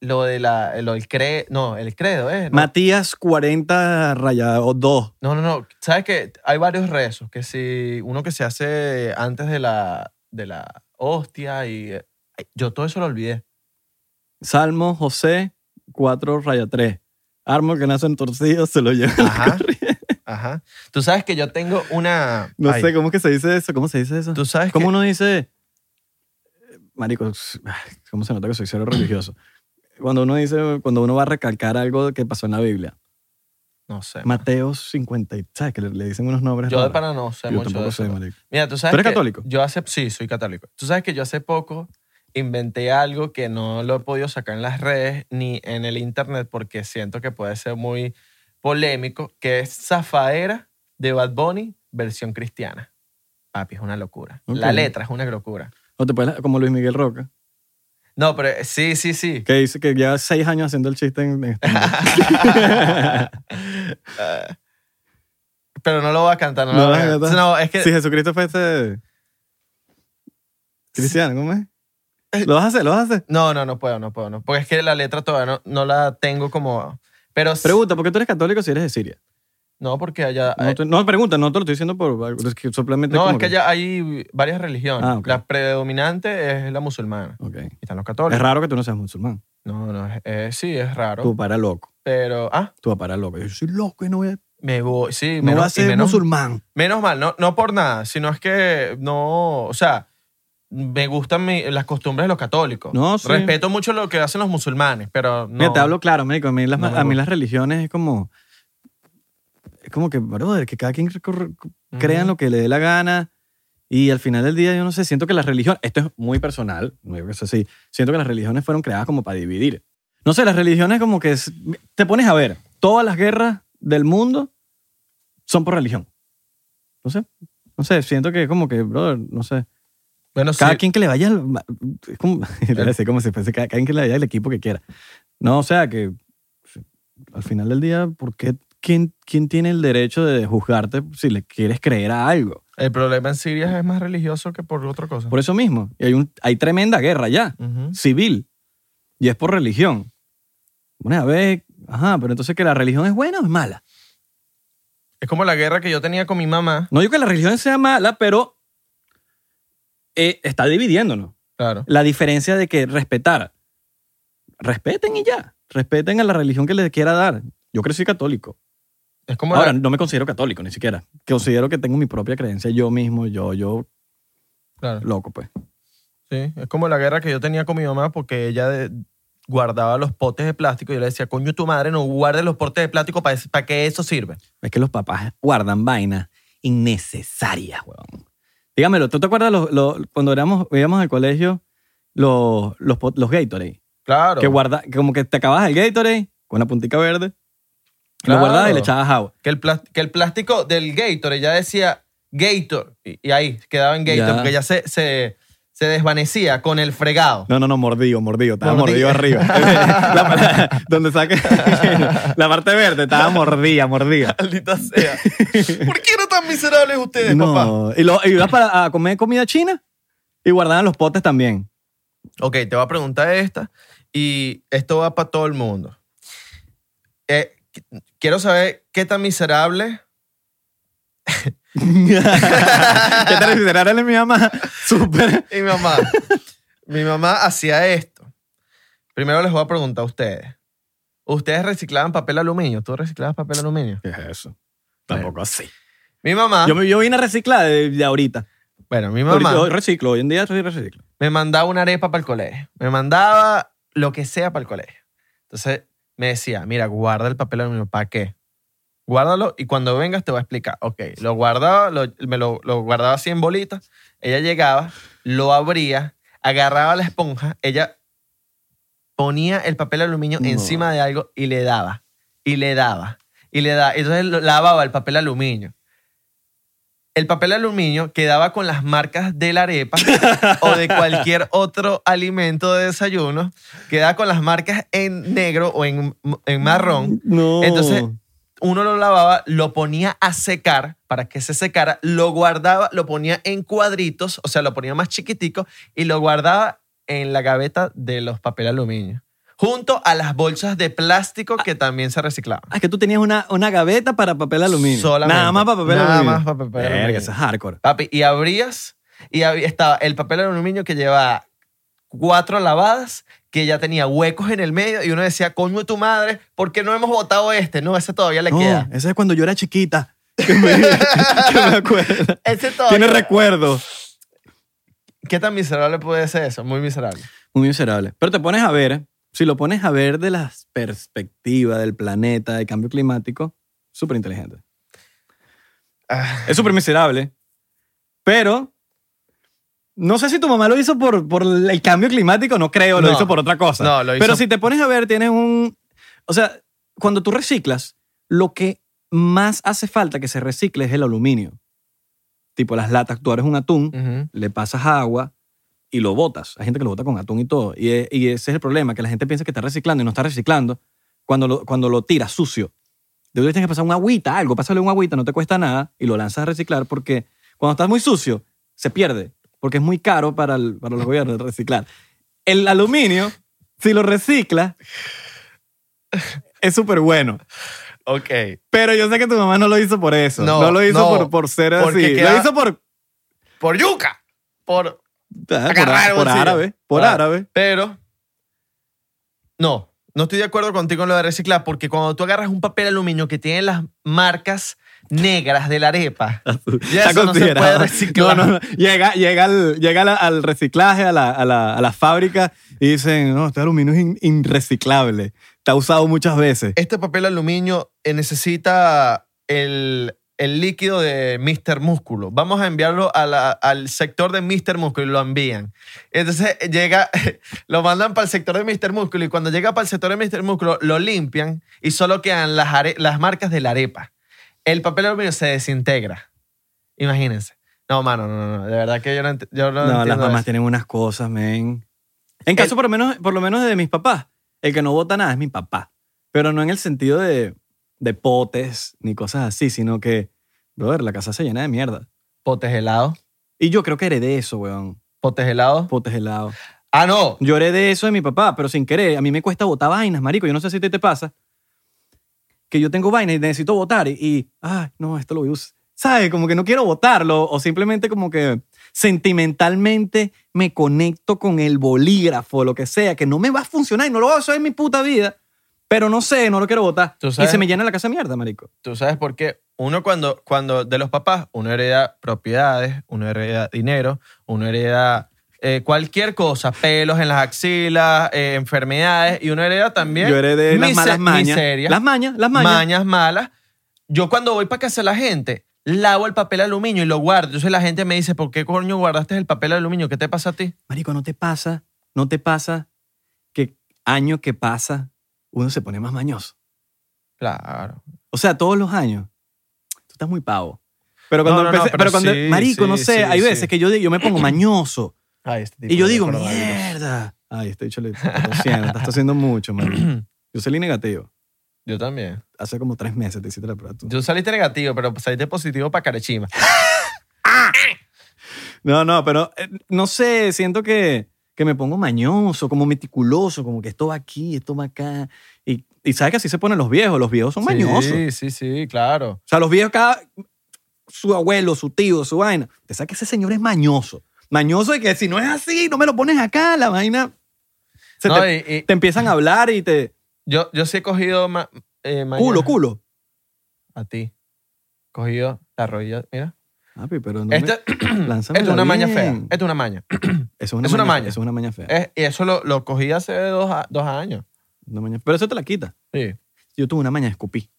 Speaker 1: lo de la, eh, lo del credo. No, el credo, ¿eh? No,
Speaker 2: Matías 40 rayado 2.
Speaker 1: no, no, no. Sabes que hay varios rezos. Que si uno que se hace antes de la, de la hostia y. eh, Yo todo eso lo olvidé.
Speaker 2: Salmo José 4 raya 3. Árbol que nace entorcido se lo lleva. el
Speaker 1: Ajá.
Speaker 2: corriente.
Speaker 1: Ajá. Tú sabes que yo tengo una.
Speaker 2: No
Speaker 1: Ay,
Speaker 2: sé, ¿cómo es que se dice eso? ¿Cómo se dice eso?
Speaker 1: Tú sabes
Speaker 2: ¿Cómo
Speaker 1: que.
Speaker 2: uno dice, marico, cómo se nota que soy cero religioso? Cuando uno dice, cuando uno va a recalcar algo que pasó en la Biblia.
Speaker 1: No sé. man.
Speaker 2: Mateo 50, y- ¿sabes? Que le, le dicen unos nombres.
Speaker 1: Yo de
Speaker 2: raros.
Speaker 1: pana no sé
Speaker 2: Yo
Speaker 1: mucho de
Speaker 2: tampoco
Speaker 1: eso.
Speaker 2: sé, marico.
Speaker 1: Mira, tú sabes.
Speaker 2: ¿Tú eres
Speaker 1: que
Speaker 2: católico?
Speaker 1: Yo hace, sí, soy católico. Tú sabes que yo hace poco inventé algo que no lo he podido sacar en las redes ni en el internet porque siento que puede ser muy polémico, que es Zafaera de Bad Bunny, versión cristiana. Papi, es una locura.
Speaker 2: Ok.
Speaker 1: La letra es una locura.
Speaker 2: O te puedes, como Luis Miguel Roca,
Speaker 1: No, pero eh, sí, sí, sí.
Speaker 2: que dice que lleva seis años haciendo el chiste en, en stand-up.
Speaker 1: Ah, pero no lo voy a cantar. No,
Speaker 2: No
Speaker 1: lo voy
Speaker 2: lo
Speaker 1: a
Speaker 2: vas a
Speaker 1: cantar.
Speaker 2: cantar.
Speaker 1: No, es que
Speaker 2: Si Jesucristo fuese cristiano, ¿cómo es?
Speaker 1: Eh.
Speaker 2: ¿Lo vas a hacer? ¿Lo vas a hacer?
Speaker 1: No, no, no puedo, no puedo. No. Porque es que la letra todavía no, no la tengo como... Pero... s-
Speaker 2: Pregunta, ¿por qué tú eres católico si eres de Siria?
Speaker 1: No, porque allá...
Speaker 2: No, te- no, pregunta, no te lo estoy diciendo por... Es que simplemente
Speaker 1: No,
Speaker 2: como
Speaker 1: es que allá hay varias religiones.
Speaker 2: Ah, ok.
Speaker 1: La predominante es la musulmana.
Speaker 2: Ok.
Speaker 1: Y están los
Speaker 2: Es
Speaker 1: católicos.
Speaker 2: raro que tú no seas musulmán.
Speaker 1: No, no, es- eh, sí, es raro.
Speaker 2: Tu papá era loco.
Speaker 1: Pero, ah,
Speaker 2: Tu papá era loco. Yo soy loco y no voy a,
Speaker 1: me voy, sí,
Speaker 2: no voy a
Speaker 1: menos, y
Speaker 2: ser
Speaker 1: menos,
Speaker 2: musulmán.
Speaker 1: menos mal, no, no por nada, sino es que no, o sea, me gustan mi- las costumbres de los católicos.
Speaker 2: No, sí.
Speaker 1: Respeto mucho lo que hacen los musulmanes, pero no.
Speaker 2: Mira, te hablo claro, médico. A mí las,
Speaker 1: No me
Speaker 2: a mí
Speaker 1: gusta.
Speaker 2: las religiones es como... Es como que, brother, que cada quien cor-
Speaker 1: Ujú.
Speaker 2: crean lo que le dé la gana. Y al final del día, yo no sé, siento que las religiones... Esto es muy personal, no digo que sea así. Siento que las religiones fueron creadas como para dividir. No sé, las religiones como que... es- te pones a ver, todas las guerras del mundo son por religión. No sé, no sé, siento que como que, brother, no sé.
Speaker 1: Bueno, sí.
Speaker 2: Cada quien que le vaya al- es como, iba a decir como si fuese cada, cada quien que le vaya al equipo que quiera. No, o sea que al final del día, ¿por qué quién, quién tiene el derecho de juzgarte si le quieres creer a algo?
Speaker 1: El problema en Siria es más religioso que por otra cosa.
Speaker 2: Por eso mismo. Y hay, un, hay tremenda guerra ya,
Speaker 1: Ujú.
Speaker 2: civil. Y es por religión. Una vez, ajá, pero entonces que la religión es buena o es mala.
Speaker 1: Es como la guerra que yo tenía con mi mamá.
Speaker 2: No digo que la religión sea mala, pero eh, está dividiéndonos.
Speaker 1: Claro.
Speaker 2: La diferencia de que respetar. Respeten y ya. Respeten a la religión que les quiera dar. Yo crecí católico.
Speaker 1: Es como
Speaker 2: Ahora,
Speaker 1: la-
Speaker 2: no me considero católico ni siquiera. Considero que tengo mi propia creencia yo mismo, yo, yo,
Speaker 1: claro,
Speaker 2: loco, pues.
Speaker 1: sí, es como la guerra que yo tenía con mi mamá porque ella de- guardaba los potes de plástico y yo le decía, coño, tu madre no guarde los potes de plástico para, para que eso sirve.
Speaker 2: Es que los papás guardan vainas innecesarias, huevón. Dígamelo, ¿tú te acuerdas los- los- cuando éramos, íbamos al colegio los, los, pot- los Gatorade?
Speaker 1: Claro.
Speaker 2: Que guarda, que como que te acababas el Gatorade con una puntica verde,
Speaker 1: Claro.
Speaker 2: lo guardabas y le echabas agua.
Speaker 1: Que el, plas- que el plástico del Gator, ya decía Gator, y, y ahí quedaba en Gator,
Speaker 2: Ya.
Speaker 1: porque ya se, se, se desvanecía con el fregado.
Speaker 2: No, no, no, mordido, mordido. Estaba
Speaker 1: Mordido.
Speaker 2: mordido, arriba. La par- donde saque la parte verde estaba mordida, mordida.
Speaker 1: Maldita sea. ¿Por qué eran tan miserables ustedes, Eh, papá?
Speaker 2: No. Y, lo, y ibas para, a comer comida china y guardaban los potes también.
Speaker 1: Ok, te voy a preguntar esta, y esto va para todo el mundo. Eh, qu- quiero saber qué tan miserable.
Speaker 2: ¿Qué tal considerarle mi mamá? Súper.
Speaker 1: Y mi mamá, mi mamá hacía esto. Primero les voy a preguntar a ustedes. ¿Ustedes reciclaban papel aluminio? ¿Tú reciclabas papel aluminio?
Speaker 2: ¿Qué es eso?
Speaker 1: Tampoco
Speaker 2: así.
Speaker 1: Mi mamá.
Speaker 2: Yo, me- yo vine a reciclar de, de ahorita.
Speaker 1: bueno, Ah. mi
Speaker 2: Ahorita
Speaker 1: mamá.
Speaker 2: yo reciclo, hoy en día sí reciclo.
Speaker 1: me mandaba una arepa para el colegio, me mandaba lo que sea para el colegio. Entonces me decía, mira, guarda el papel aluminio, ¿para qué? Guárdalo y cuando vengas te voy a explicar. Ok, lo guardaba, lo- me lo, lo guardaba así en bolitas, ella llegaba, lo abría, agarraba la esponja, ella ponía el papel aluminio
Speaker 2: No.
Speaker 1: encima de algo y le daba, y le daba, y le daba. Entonces lo- lavaba el papel aluminio. El papel aluminio quedaba con las marcas de la arepa o de cualquier otro alimento de desayuno, quedaba con las marcas en negro o en, en marrón.
Speaker 2: No.
Speaker 1: Entonces, Uno lo lavaba, lo ponía a secar para que se secara, lo guardaba, lo ponía en cuadritos, o sea, lo ponía más chiquitico y lo guardaba en la gaveta de los papel aluminio, junto a las bolsas de plástico que también se reciclaban.
Speaker 2: Ah, es que tú tenías una, una gaveta para papel aluminio.
Speaker 1: Solamente.
Speaker 2: Nada más para papel
Speaker 1: Nada
Speaker 2: aluminio.
Speaker 1: más para papel
Speaker 2: Verga,
Speaker 1: aluminio.
Speaker 2: eso es hardcore.
Speaker 1: Papi, y abrías y hab- estaba el papel aluminio que llevaba cuatro lavadas que ya tenía huecos en el medio y uno decía, coño de tu madre, ¿por qué no hemos votado este? No, ese todavía le
Speaker 2: No,
Speaker 1: queda.
Speaker 2: Ese es cuando yo era chiquita. Que me, que me acuerdo.
Speaker 1: Ese todavía.
Speaker 2: Tiene recuerdos.
Speaker 1: ¿Qué tan miserable puede ser eso? Muy miserable.
Speaker 2: Muy miserable. Pero te pones a ver, si lo pones a ver de la perspectiva del planeta, del cambio climático, súper inteligente.
Speaker 1: Ah,
Speaker 2: Es súper miserable. Pero no sé si tu mamá lo hizo por, por el cambio climático, no creo, lo
Speaker 1: No.
Speaker 2: hizo por otra cosa.
Speaker 1: No, lo hizo-
Speaker 2: Pero si te pones a ver, tienes un... O sea, cuando tú reciclas, lo que más hace falta que se recicle es el aluminio. Tipo las latas, tú abres un atún,
Speaker 1: ujú.
Speaker 2: le pasas agua y lo botas. Hay gente que lo bota con atún y todo. Y, e- y ese es el problema, que la gente piensa que está reciclando y no está reciclando cuando lo, cuando lo tiras sucio. De verdad tienes que pasar un agüita, algo, pásale un agüita, no te cuesta nada y lo lanzas a reciclar porque cuando estás muy sucio se pierde, porque es muy caro para, el- para los gobiernos reciclar. El aluminio, si lo reciclas, es súper bueno.
Speaker 1: Ok.
Speaker 2: Pero yo sé que tu mamá no lo hizo por eso.
Speaker 1: No,
Speaker 2: No, lo hizo
Speaker 1: no,
Speaker 2: por, por ser
Speaker 1: porque
Speaker 2: así.
Speaker 1: queda-
Speaker 2: Lo hizo por,
Speaker 1: Por yuca. Por...
Speaker 2: Ah, por,
Speaker 1: Agarrar el
Speaker 2: por
Speaker 1: bolsillo.
Speaker 2: árabe. Por
Speaker 1: Ah.
Speaker 2: árabe.
Speaker 1: Pero... No, no estoy de acuerdo contigo en lo de reciclar porque cuando tú agarras un papel aluminio que tiene las marcas negras de la arepa, ya
Speaker 2: Está
Speaker 1: eso no se puede
Speaker 2: considerado.
Speaker 1: reciclar.
Speaker 2: No, no, no. Llega, llega, al, llega al, al reciclaje, a la, a, la, a la fábrica y dicen, no, este aluminio es in- irreciclable. Está usado muchas veces.
Speaker 1: este papel aluminio eh, necesita el, el líquido de Mr. Músculo. Vamos a enviarlo a la- al sector de Mr. Músculo y lo envían. Entonces eh, llega, lo mandan para el sector de Mr. Músculo y cuando llega para el sector de Mr. Músculo lo limpian y solo quedan las, are- las marcas de la arepa. El papel aluminio se desintegra. Imagínense. No, mano, no, no, no. De verdad que yo no, ent- yo no
Speaker 2: No, las
Speaker 1: entiendo
Speaker 2: mamás
Speaker 1: eso. Eh,
Speaker 2: tienen unas cosas, men. En caso, por lo, menos, por lo menos de mis papás, el que no vota nada es mi papá. Pero no en el sentido de, de potes ni cosas así, sino que, brother, la casa se llena de mierda.
Speaker 1: Potes helados.
Speaker 2: Y yo creo que heredé eso, weón.
Speaker 1: Potes helados.
Speaker 2: Potes helados.
Speaker 1: Ah, no.
Speaker 2: Lloré de eso de mi papá, pero sin querer. A mí me cuesta botar vainas, marico. Yo no sé si te, te pasa que yo tengo vainas y necesito votar y, y, ah, no, esto lo voy a usar. ¿Sabes? Como que no quiero votarlo o simplemente como que sentimentalmente me conecto con el bolígrafo, lo que sea, que no me va a funcionar y no lo voy a usar en mi puta vida, pero no sé, no lo quiero votar.
Speaker 1: ¿Tú
Speaker 2: Y
Speaker 1: sabes?
Speaker 2: se me llena la casa de mierda, marico.
Speaker 1: tú sabes por qué. Uno cuando, cuando de los papás, uno hereda propiedades, uno hereda dinero, uno hereda eh, cualquier cosa, pelos en las axilas, eh, enfermedades, y uno hereda también.
Speaker 2: Yo heredé las
Speaker 1: mise-
Speaker 2: malas mañas.
Speaker 1: miserias,
Speaker 2: Las mañas, las mañas.
Speaker 1: mañas. malas. Yo cuando voy para casa de la gente, lavo el papel aluminio y lo guardo. Entonces la gente me dice, ¿por qué coño guardaste el papel aluminio? ¿Qué te pasa a ti?
Speaker 2: Marico, ¿no te pasa? ¿No te pasa que año que pasa uno se pone más mañoso?
Speaker 1: Claro.
Speaker 2: O sea, todos los años. Tú estás muy pavo. Pero cuando,
Speaker 1: No, no, no,
Speaker 2: empecé-
Speaker 1: pero
Speaker 2: pero cuando-
Speaker 1: sí,
Speaker 2: marico, no
Speaker 1: sí,
Speaker 2: sé,
Speaker 1: sí,
Speaker 2: hay veces
Speaker 1: sí.
Speaker 2: que yo, digo- yo me pongo mañoso y yo digo,
Speaker 1: mierda.
Speaker 2: mierda. Ay, este dicho le está tosiendo, estás haciendo mucho, marico. Yo salí negativo.
Speaker 1: Yo también.
Speaker 2: Hace como tres meses te hiciste la prueba tú.
Speaker 1: Yo saliste negativo, pero saliste positivo para Carechima.
Speaker 2: No, no, pero eh, no sé, siento que, que me pongo mañoso, como meticuloso, como que esto va aquí, esto va acá. Y, y sabes que así se ponen los viejos, los viejos son mañosos.
Speaker 1: Sí, sí, sí, claro.
Speaker 2: O sea, los viejos cada su abuelo, su tío, su vaina. Te sabes que ese señor es mañoso. Mañoso de que si no es así, no me lo pones acá, la vaina. Se
Speaker 1: No,
Speaker 2: te,
Speaker 1: y- y
Speaker 2: te empiezan a hablar y te.
Speaker 1: yo, yo sí he cogido ma- eh, mañas
Speaker 2: Culo, culo.
Speaker 1: a ti. Cogido la rodilla, mira.
Speaker 2: Papi, pero no. me-
Speaker 1: Esta,
Speaker 2: lánzamela
Speaker 1: esta es una maña
Speaker 2: bien.
Speaker 1: fea. Esta es una maña.
Speaker 2: Eso es una,
Speaker 1: es una
Speaker 2: maña,
Speaker 1: maña. Eh.
Speaker 2: Eso es una maña fea.
Speaker 1: Es- y eso lo, lo cogí hace dos, a- dos años.
Speaker 2: Una maña- pero eso te la quita.
Speaker 1: Sí.
Speaker 2: Yo tuve una maña de escupí.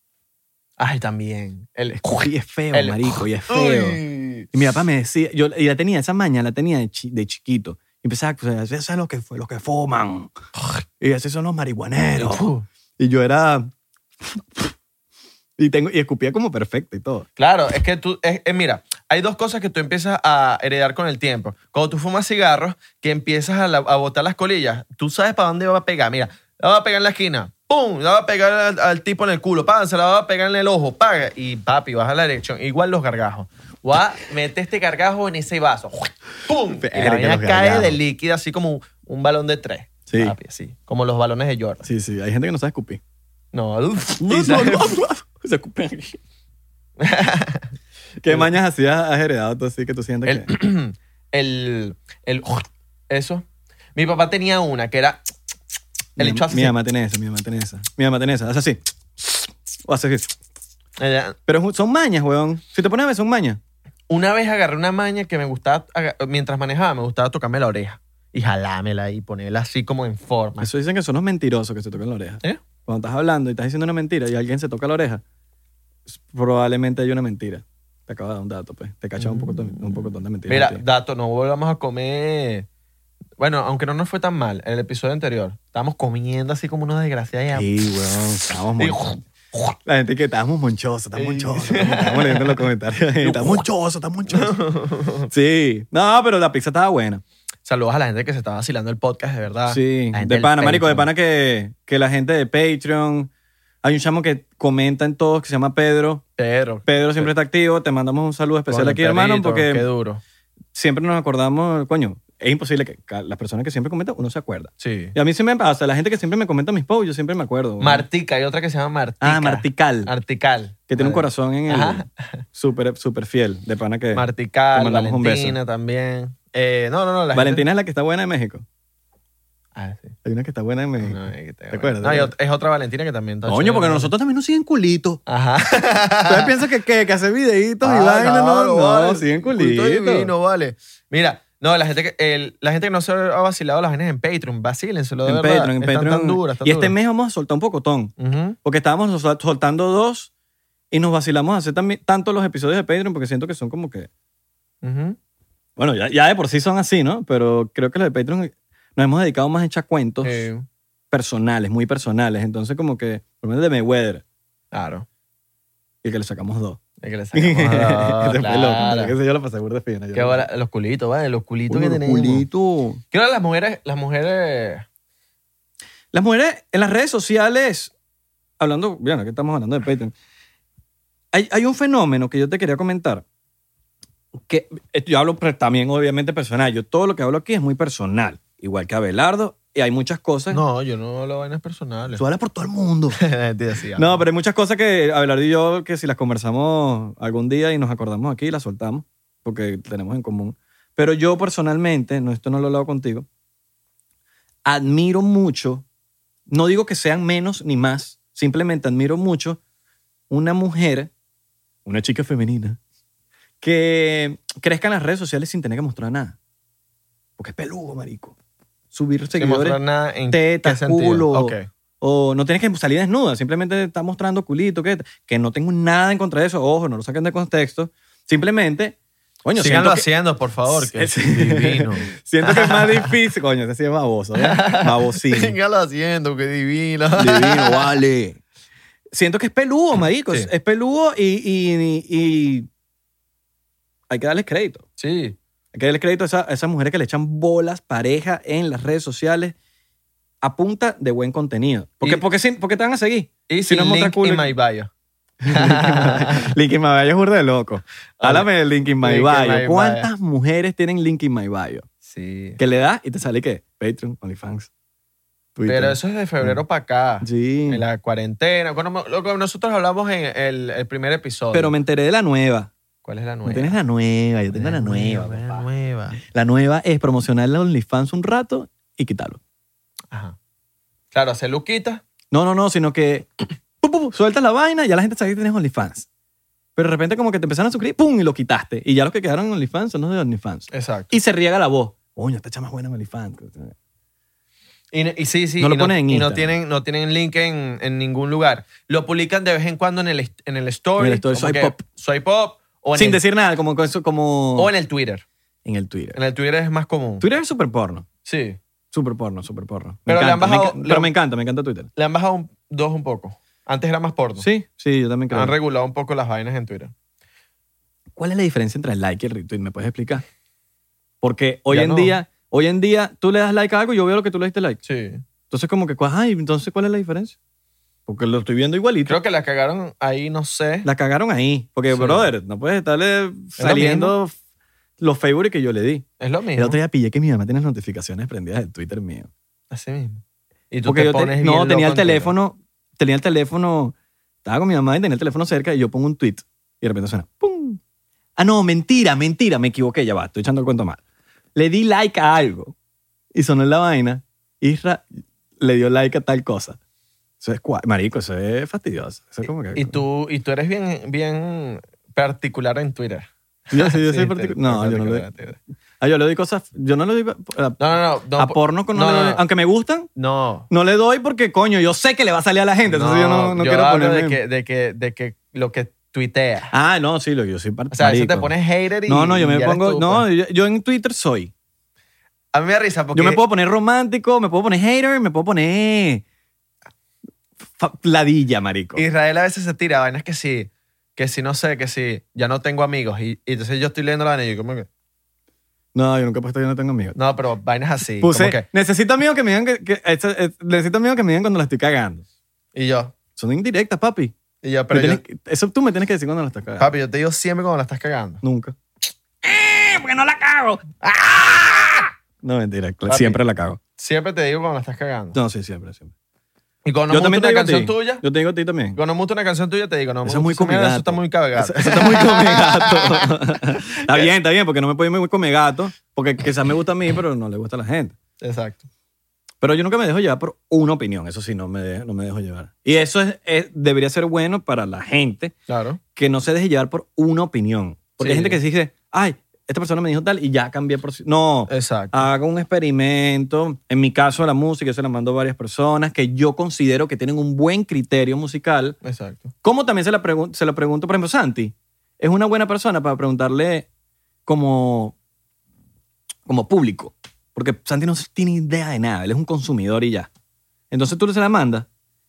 Speaker 1: Ay, también. El,
Speaker 2: Escupí es feo,
Speaker 1: El-
Speaker 2: marico, y es feo.
Speaker 1: Uy.
Speaker 2: Y mi papá me decía, yo y la tenía, esa maña la tenía de, chi- de chiquito. Y empezaba a eso es lo que, fu- los que fuman. Y así son los marihuaneros.
Speaker 1: Uf.
Speaker 2: Y yo era. Y, tengo, y escupía como perfecto y todo.
Speaker 1: Claro, es que tú, es- es- mira, hay dos cosas que tú empiezas a heredar con el tiempo. Cuando tú fumas cigarros, que empiezas a, la- a botar las colillas, tú sabes para dónde va a pegar. Mira, la va a pegar en la esquina, ¡pum! La va a pegar al, al tipo en el culo, ¡pam! Se la va a pegar en el ojo, ¡paga! Y papi, baja la dirección. Igual los gargajos. Guau, mete este gargajo en ese vaso, ¡pum! Y
Speaker 2: Verga,
Speaker 1: la vaina
Speaker 2: los
Speaker 1: cae
Speaker 2: gargajos.
Speaker 1: de líquida, así como un, un balón de tres.
Speaker 2: Sí.
Speaker 1: Papi, así, como los balones de Jordan.
Speaker 2: Sí, sí, hay gente que no sabe escupir.
Speaker 1: No, uf, y sale-
Speaker 2: Se escupen aquí. ¿Qué mañas así has has heredado tú así que tú sientes que.?
Speaker 1: el, el, el- eso. Mi papá tenía una que era el
Speaker 2: Mi-
Speaker 1: hecho así.
Speaker 2: Mi mamá tiene esa, mi mamá tiene esa. Mi mamá tiene esa. Hace así. O hace así.
Speaker 1: Era-
Speaker 2: Pero ju- son mañas, weón. Si te pones a ver, son mañas.
Speaker 1: Una vez agarré una maña que me gustaba, aga- mientras manejaba, me gustaba tocarme la oreja y jalármela y ponerla así como en forma.
Speaker 2: Eso dicen que son los mentirosos que se tocan la oreja.
Speaker 1: ¿Eh?
Speaker 2: Cuando estás hablando y estás diciendo una mentira y alguien se toca la oreja, s- probablemente hay una mentira. Te acabo de dar un dato, pues. Te cachas un poco un poco de mentiras.
Speaker 1: Mira,
Speaker 2: de ti.
Speaker 1: dato, no volvamos a comer. Bueno, aunque no nos fue tan mal, en el episodio anterior, estábamos comiendo así como unos desgraciados. y-
Speaker 2: Sí, weón, estábamos
Speaker 1: y-
Speaker 2: monchosos. La gente que estábamos monchosos, estábamos
Speaker 1: Ey.
Speaker 2: monchosos. Estábamos leyendo los comentarios. Estamos monchosos, estamos monchosos. Sí. No, pero la pizza estaba buena.
Speaker 1: Saludos a la gente que se está vacilando el podcast, de verdad.
Speaker 2: Sí.
Speaker 1: Ah, La gente
Speaker 2: De
Speaker 1: del
Speaker 2: pana, marico, de
Speaker 1: Patreon.
Speaker 2: pana que, que la gente de Patreon. Hay un chamo que comenta en todos que se llama Pedro.
Speaker 1: Pero,
Speaker 2: Pedro siempre está activo. Te mandamos un saludo especial
Speaker 1: coño,
Speaker 2: aquí, hermano,
Speaker 1: perrito, Qué
Speaker 2: porque
Speaker 1: duro.
Speaker 2: siempre nos acordamos, coño. Es imposible que ca- las personas que siempre comentan, uno se acuerda.
Speaker 1: Sí.
Speaker 2: Y a mí sí me pasa, la gente que siempre me comenta mis posts, yo siempre me acuerdo. weón.
Speaker 1: Martica, hay otra que se llama Martica.
Speaker 2: Ah, Martical.
Speaker 1: Artical.
Speaker 2: Que tiene
Speaker 1: Vale.
Speaker 2: un corazón en
Speaker 1: Ajá.
Speaker 2: el. Súper, súper fiel. De pana que. Te
Speaker 1: Martical,
Speaker 2: mandamos un beso.
Speaker 1: Valentina también. Eh, no, no, no. la gente-
Speaker 2: Valentina es la que está buena en México.
Speaker 1: Ah, sí.
Speaker 2: Hay una que está buena en México.
Speaker 1: No, es que te-
Speaker 2: ¿Te acuerdas?
Speaker 1: No, hay ot- es otra Valentina que también está
Speaker 2: Coño,
Speaker 1: chévere.
Speaker 2: porque nosotros también nos siguen culitos. Ustedes
Speaker 1: Ajá.
Speaker 2: piensan que, que, que hace videitos
Speaker 1: Ah,
Speaker 2: y vaina, no, no,
Speaker 1: vale.
Speaker 2: siguen
Speaker 1: Culto
Speaker 2: culitos.
Speaker 1: divino, vale. Mira, no, la gente que, el- la gente que no se ha vacilado las vainas en Patreon, vacílenselo de
Speaker 2: En
Speaker 1: verdad.
Speaker 2: Patreon, en
Speaker 1: Están
Speaker 2: Patreon.
Speaker 1: tan duras, tan
Speaker 2: y este
Speaker 1: duras.
Speaker 2: mes vamos a soltar un pocotón.
Speaker 1: Ujú.
Speaker 2: Porque estábamos nos- soltando dos y nos vacilamos a hacer también, tanto los episodios de Patreon porque siento que son como que.
Speaker 1: Ujú.
Speaker 2: Bueno, ya, ya de por sí son así, ¿no? Pero creo que los de Patreon nos hemos dedicado más a echar cuentos
Speaker 1: Eh,
Speaker 2: personales, muy personales. Entonces, como que, por lo menos de Mayweather,
Speaker 1: claro.
Speaker 2: y que le sacamos dos.
Speaker 1: Es que le
Speaker 2: Ese
Speaker 1: sacamos. Ah,
Speaker 2: fue
Speaker 1: claro.
Speaker 2: loco. Ese yo lo pasé burda de fina. yo
Speaker 1: Qué
Speaker 2: lo-
Speaker 1: bola- los culitos, vale. Los culitos
Speaker 2: Coño,
Speaker 1: que
Speaker 2: los
Speaker 1: tenemos.
Speaker 2: culitos.
Speaker 1: Creo que las mujeres, las mujeres
Speaker 2: Las mujeres en las redes sociales, hablando, bueno, que estamos hablando de Patreon, hay, hay un fenómeno que yo te quería comentar. Que eh, yo hablo pre- también, obviamente, personal. Yo todo lo que hablo aquí es muy personal, igual que Abelardo, y hay muchas cosas.
Speaker 1: No, yo no hablo de vainas personales.
Speaker 2: Tú hablas por todo el mundo.
Speaker 1: Mentira, sí, hablo.
Speaker 2: No, pero hay muchas cosas que Abelardo y yo, que si las conversamos algún día y nos acordamos aquí, las soltamos, porque tenemos en común. Pero yo personalmente, no, esto no lo he hablado contigo, admiro mucho, no digo que sean menos ni más, simplemente admiro mucho una mujer, una chica femenina, que crezca en las redes sociales sin tener que mostrar nada. Porque es peludo, marico. Subir
Speaker 1: Sin
Speaker 2: seguidores
Speaker 1: mostrar nada en
Speaker 2: teta,
Speaker 1: qué sentido.
Speaker 2: culo.
Speaker 1: Ok.
Speaker 2: o no tienes que salir desnuda, simplemente está mostrando culito, que, que no tengo nada en contra de eso, ojo, no lo saquen de contexto. Simplemente, coño,
Speaker 1: Síganlo
Speaker 2: siento que,
Speaker 1: haciendo, por favor, que
Speaker 2: Sí.
Speaker 1: es divino.
Speaker 2: siento que es más difícil. Coño, ese sí es baboso, ¿verdad? Babosín.
Speaker 1: Síganlo haciendo, que divino.
Speaker 2: Divino, vale. Siento que es peludo, marico.
Speaker 1: Sí.
Speaker 2: Es- Es peludo y, y- y hay que darle crédito.
Speaker 1: Sí.
Speaker 2: Hay que darle crédito a, esa- a esas mujeres que le echan bolas pareja en las redes sociales a punta de buen contenido. Porque,
Speaker 1: Y-
Speaker 2: porque, sin- porque te van a seguir.
Speaker 1: Y
Speaker 2: Si
Speaker 1: sin
Speaker 2: no es
Speaker 1: link
Speaker 2: motaculo-
Speaker 1: in my bio.
Speaker 2: Linkin My Bio es burda de loco. Háblame de Linkin My
Speaker 1: Linkin My
Speaker 2: Bio.
Speaker 1: Bio.
Speaker 2: ¿Cuántas mujeres tienen Linkin My Bio?
Speaker 1: Sí.
Speaker 2: Que le das y te sale qué? Patreon, OnlyFans, Twitter.
Speaker 1: Pero eso es de febrero para acá.
Speaker 2: Mm. Sí.
Speaker 1: En la cuarentena. Bueno, mo- lo que nosotros hablamos en el, el primer episodio.
Speaker 2: Pero me enteré de la nueva.
Speaker 1: ¿Cuál es la
Speaker 2: No
Speaker 1: nueva?
Speaker 2: tienes la nueva, yo tengo la nueva.
Speaker 1: La
Speaker 2: papá.
Speaker 1: nueva.
Speaker 2: La nueva es promocionar la OnlyFans un rato y quitarlo.
Speaker 1: Ajá. Claro, hacer luquita.
Speaker 2: No, no, no, sino que pu, pu, pu, sueltas la vaina y ya la gente sabe que tienes OnlyFans. Pero de repente como que te empezaron a suscribir, ¡pum! y lo quitaste. Y ya los que quedaron en OnlyFans son los de OnlyFans.
Speaker 1: Exacto.
Speaker 2: Y se riega la voz. Coño, esta chama es buena en OnlyFans.
Speaker 1: Y, y sí, sí.
Speaker 2: No lo
Speaker 1: y
Speaker 2: ponen en
Speaker 1: Y no
Speaker 2: Instagram.
Speaker 1: tienen, no tienen link en, en ningún lugar. Lo publican de vez en cuando en el, est- en el story.
Speaker 2: En el story,
Speaker 1: como
Speaker 2: soy
Speaker 1: que
Speaker 2: pop.
Speaker 1: Soy pop. O en,
Speaker 2: Sin
Speaker 1: el,
Speaker 2: decir nada, como, con eso- como
Speaker 1: o en el Twitter.
Speaker 2: en el Twitter.
Speaker 1: En el Twitter es más común.
Speaker 2: Twitter es súper porno.
Speaker 1: Sí.
Speaker 2: Súper porno, súper porno. Me
Speaker 1: Pero le
Speaker 2: encanta,
Speaker 1: han bajado-
Speaker 2: me enca-
Speaker 1: le-
Speaker 2: pero me encanta, me encanta Twitter.
Speaker 1: Le han bajado un- dos un poco. Antes era más porno.
Speaker 2: Sí, sí, yo también creo.
Speaker 1: Han regulado un poco las vainas en Twitter.
Speaker 2: ¿Cuál es la diferencia entre el like y el retweet? ¿Me puedes explicar? Porque hoy
Speaker 1: Ya
Speaker 2: en
Speaker 1: no.
Speaker 2: día, hoy en día tú le das like a algo y yo veo lo que tú le diste like.
Speaker 1: Sí.
Speaker 2: Entonces como que, ¿cuál- ay, entonces ¿cuál es la diferencia? Porque lo estoy viendo igualito.
Speaker 1: Creo que la cagaron ahí, no sé.
Speaker 2: La cagaron ahí. Porque,
Speaker 1: Sí.
Speaker 2: brother, no puedes estarle saliendo f- los favorites que yo le di.
Speaker 1: Es lo
Speaker 2: El
Speaker 1: mismo.
Speaker 2: otro día pillé que mi mamá tiene las notificaciones prendidas del Twitter mío.
Speaker 1: Así mismo. Y tú
Speaker 2: Porque
Speaker 1: te
Speaker 2: yo te-
Speaker 1: pones bien
Speaker 2: no, tenía el
Speaker 1: loco en
Speaker 2: teléfono, tenía el teléfono, estaba con mi mamá y tenía el teléfono cerca y yo pongo un tweet y de repente suena, ¡pum! Ah, no, mentira, mentira, me equivoqué, ya va, estoy echando el cuento mal. Le di like a algo y sonó la vaina. Isra le dio like a tal cosa. Eso es cua- marico, eso es fastidioso. Eso es como que,
Speaker 1: Twitter. Y tú, y tú eres bien, bien particular en Twitter.
Speaker 2: Yo, sí, yo soy
Speaker 1: Sí,
Speaker 2: particu-
Speaker 1: te-
Speaker 2: No,
Speaker 1: te-
Speaker 2: yo no le
Speaker 1: particular
Speaker 2: doy.
Speaker 1: en Twitter.
Speaker 2: Ah, yo le doy cosas. Yo no le doy. A,
Speaker 1: No, no, no. no,
Speaker 2: a
Speaker 1: por-
Speaker 2: porno con
Speaker 1: no,
Speaker 2: no le
Speaker 1: no,
Speaker 2: doy-
Speaker 1: no.
Speaker 2: Aunque me gustan,
Speaker 1: No.
Speaker 2: no le doy porque, coño, yo sé que le va a salir a la gente. Entonces yo no, no
Speaker 1: yo
Speaker 2: quiero
Speaker 1: hablo De
Speaker 2: ponerme.
Speaker 1: que, de, que, de que lo que tuiteas.
Speaker 2: Ah, no, sí, lo que yo soy par-
Speaker 1: O sea, a veces
Speaker 2: marico.
Speaker 1: te pones hater y.
Speaker 2: No, no, yo
Speaker 1: y
Speaker 2: me
Speaker 1: eres
Speaker 2: pongo.
Speaker 1: tú,
Speaker 2: no,
Speaker 1: pues.
Speaker 2: yo, yo en Twitter soy.
Speaker 1: A mí me da risa porque.
Speaker 2: Yo me puedo poner romántico, me puedo poner hater, me puedo poner. fa- Ladilla, marico.
Speaker 1: Israel a veces se tira vainas que sí. Que si no sé, que si ya no tengo amigos. Y, y entonces yo estoy leyendo la vaina y yo como que.
Speaker 2: No, yo nunca he puesto, yo no tengo amigos.
Speaker 1: No, pero vainas así.
Speaker 2: Puse,
Speaker 1: como que-
Speaker 2: necesito amigos que me digan que, que- esto- eh, necesito amigos que me digan cuando la estoy cagando.
Speaker 1: y yo.
Speaker 2: Son indirectas, papi.
Speaker 1: Y yo,
Speaker 2: Me
Speaker 1: pero yo,
Speaker 2: tienes que- eso tú me tienes que decir cuando la estás cagando.
Speaker 1: Papi, yo te digo siempre cuando la estás cagando.
Speaker 2: Nunca.
Speaker 1: Eh, Porque no la cago. ¡Ah!
Speaker 2: No, mentira. cla-
Speaker 1: Papi.
Speaker 2: Siempre la cago.
Speaker 1: Siempre te digo cuando la estás cagando.
Speaker 2: No, sí, siempre, siempre.
Speaker 1: Y cuando me
Speaker 2: Yo
Speaker 1: gusta
Speaker 2: también te
Speaker 1: una
Speaker 2: digo a
Speaker 1: canción
Speaker 2: ti.
Speaker 1: tuya,
Speaker 2: Yo te digo a ti también.
Speaker 1: cuando me gusta una canción tuya, te digo, no, me
Speaker 2: Eso es muy
Speaker 1: gusta esa mierda, Eso
Speaker 2: comigato.
Speaker 1: está muy cagado.
Speaker 2: Eso, eso está muy come gato. está bien, está bien, porque no me puedo irme muy come gato, porque quizás me gusta a mí, pero no le gusta a la gente.
Speaker 1: Exacto.
Speaker 2: Pero yo nunca me dejo llevar por una opinión, eso sí, no me, de- no me dejo llevar. Y eso es, es- debería ser bueno para la gente,
Speaker 1: Claro.
Speaker 2: que no se deje llevar por una opinión. Porque hay
Speaker 1: Sí.
Speaker 2: gente que dice, ay, esta persona me dijo tal y ya cambié por... si-". No,
Speaker 1: Exacto.
Speaker 2: hago un experimento. En mi caso, la música, yo se la mando a varias personas que yo considero que tienen un buen criterio musical.
Speaker 1: Exacto.
Speaker 2: Como también se la, pregun- se la pregunto, por ejemplo, Santi, es una buena persona para preguntarle como, como público. Porque Santi no tiene idea de nada, él es un consumidor y ya. Entonces tú se la mandas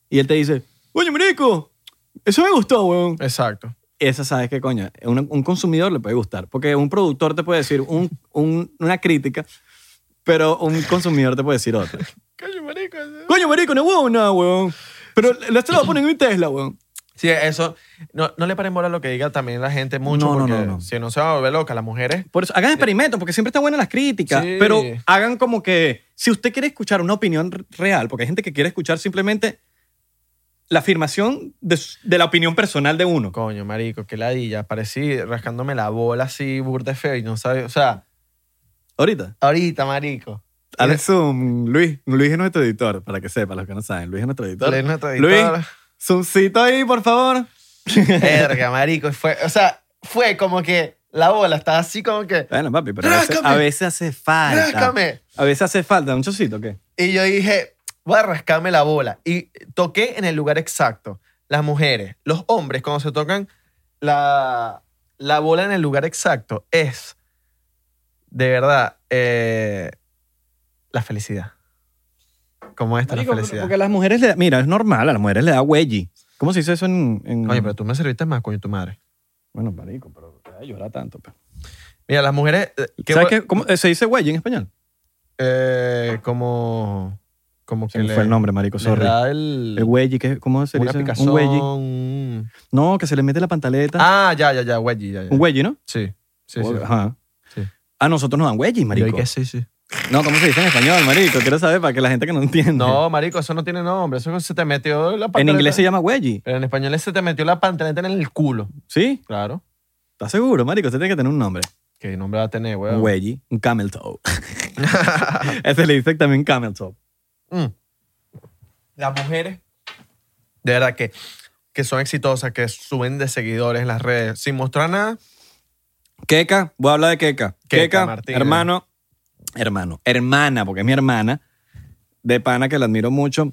Speaker 2: y él te dice, oye, marico, eso me gustó, weón.
Speaker 1: Exacto.
Speaker 2: Esa sabes qué coño, a un, un consumidor le puede gustar. Porque un productor te puede decir un- un- una crítica, pero un consumidor te puede decir otra.
Speaker 1: Coño, marico.
Speaker 2: Coño, marico, no huevo nada, weón. Pero esto lo ponen en mi Tesla, weón.
Speaker 1: Sí, eso. No, no le paren bola a lo que diga también la gente mucho
Speaker 2: No, no,
Speaker 1: porque
Speaker 2: no, no.
Speaker 1: si no se van a volver locas las mujeres.
Speaker 2: Por eso, hagan experimentos, porque siempre están buenas las críticas,
Speaker 1: Sí.
Speaker 2: pero hagan como que, si usted quiere escuchar una opinión r- real, porque hay gente que quiere escuchar simplemente la afirmación de, s- de la opinión personal de uno.
Speaker 1: Coño, marico, qué ladilla. Parecí rascándome la bola así, burda de feo y no sabía. O sea,
Speaker 2: Ahorita.
Speaker 1: ahorita, marico.
Speaker 2: Alex, Zoom, Luis, Luis es nuestro editor, para que sepa, los que no saben, Luis es nuestro editor.
Speaker 1: Lee nuestro
Speaker 2: Luis,
Speaker 1: editor.
Speaker 2: Zoomcito ahí, por favor.
Speaker 1: Verga, marico. Fue, o sea, fue como que la bola está así como que.
Speaker 2: Bueno, papi, pero a veces,
Speaker 1: Ráscame.
Speaker 2: a veces hace falta.
Speaker 1: ¡Ráscame!
Speaker 2: A veces hace falta un chocito, ¿qué?
Speaker 1: Y yo dije, voy a rascarme la bola. Y toqué en el lugar exacto. Las mujeres, los hombres, cuando se tocan la, la bola en el lugar exacto, es de verdad eh, la felicidad. Como esta,
Speaker 2: Marico,
Speaker 1: la felicidad.
Speaker 2: Porque a las mujeres le da, mira, es normal, a las mujeres le da güey. ¿Cómo se dice eso en, en-
Speaker 1: Oye, pero tú me serviste más, coño, tu madre.
Speaker 2: Bueno, marico, pero te va a llorar tanto. pero-
Speaker 1: Mira, las mujeres. eh, que-
Speaker 2: ¿Sabes qué? ¿Cómo eh, se dice güey en español?
Speaker 1: eh, como. Como
Speaker 2: Se
Speaker 1: que
Speaker 2: me
Speaker 1: le-
Speaker 2: fue el nombre, marico,
Speaker 1: le
Speaker 2: sorry.
Speaker 1: da el-
Speaker 2: El güey, ¿qué- ¿cómo se
Speaker 1: una
Speaker 2: dice?
Speaker 1: picazón,
Speaker 2: Un güey.
Speaker 1: un-
Speaker 2: No, que se le mete la pantaleta.
Speaker 1: Ah, ya, ya, ya, güey, ya, ya.
Speaker 2: Un güey, ¿no?
Speaker 1: Sí, sí, sí.
Speaker 2: Ajá.
Speaker 1: Sí.
Speaker 2: A nosotros nos dan güeyes, marico.
Speaker 1: Yo que sí, sí.
Speaker 2: No, ¿cómo se dice en español, marico? Quiero saber para que la gente que no entiende.
Speaker 1: No, marico, eso no tiene nombre. Eso se te metió la
Speaker 2: En
Speaker 1: pantaleta.
Speaker 2: inglés se llama güey.
Speaker 1: Pero en español es se te metió la pantaleta en el culo.
Speaker 2: ¿Sí?
Speaker 1: Claro.
Speaker 2: ¿Estás seguro, marico? Usted tiene que tener un nombre.
Speaker 1: ¿Qué nombre va a tener,
Speaker 2: Un
Speaker 1: weón?
Speaker 2: güey, un camel toe. Ese le dice también camel toe.
Speaker 1: Mm. Las mujeres, de verdad que, que son exitosas, que suben de seguidores en las redes, sin mostrar nada.
Speaker 2: Keka, voy a hablar de Keka.
Speaker 1: Keka
Speaker 2: Keka,
Speaker 1: Martínez.
Speaker 2: hermano, hermano, hermana, porque es mi hermana, de pana que la admiro mucho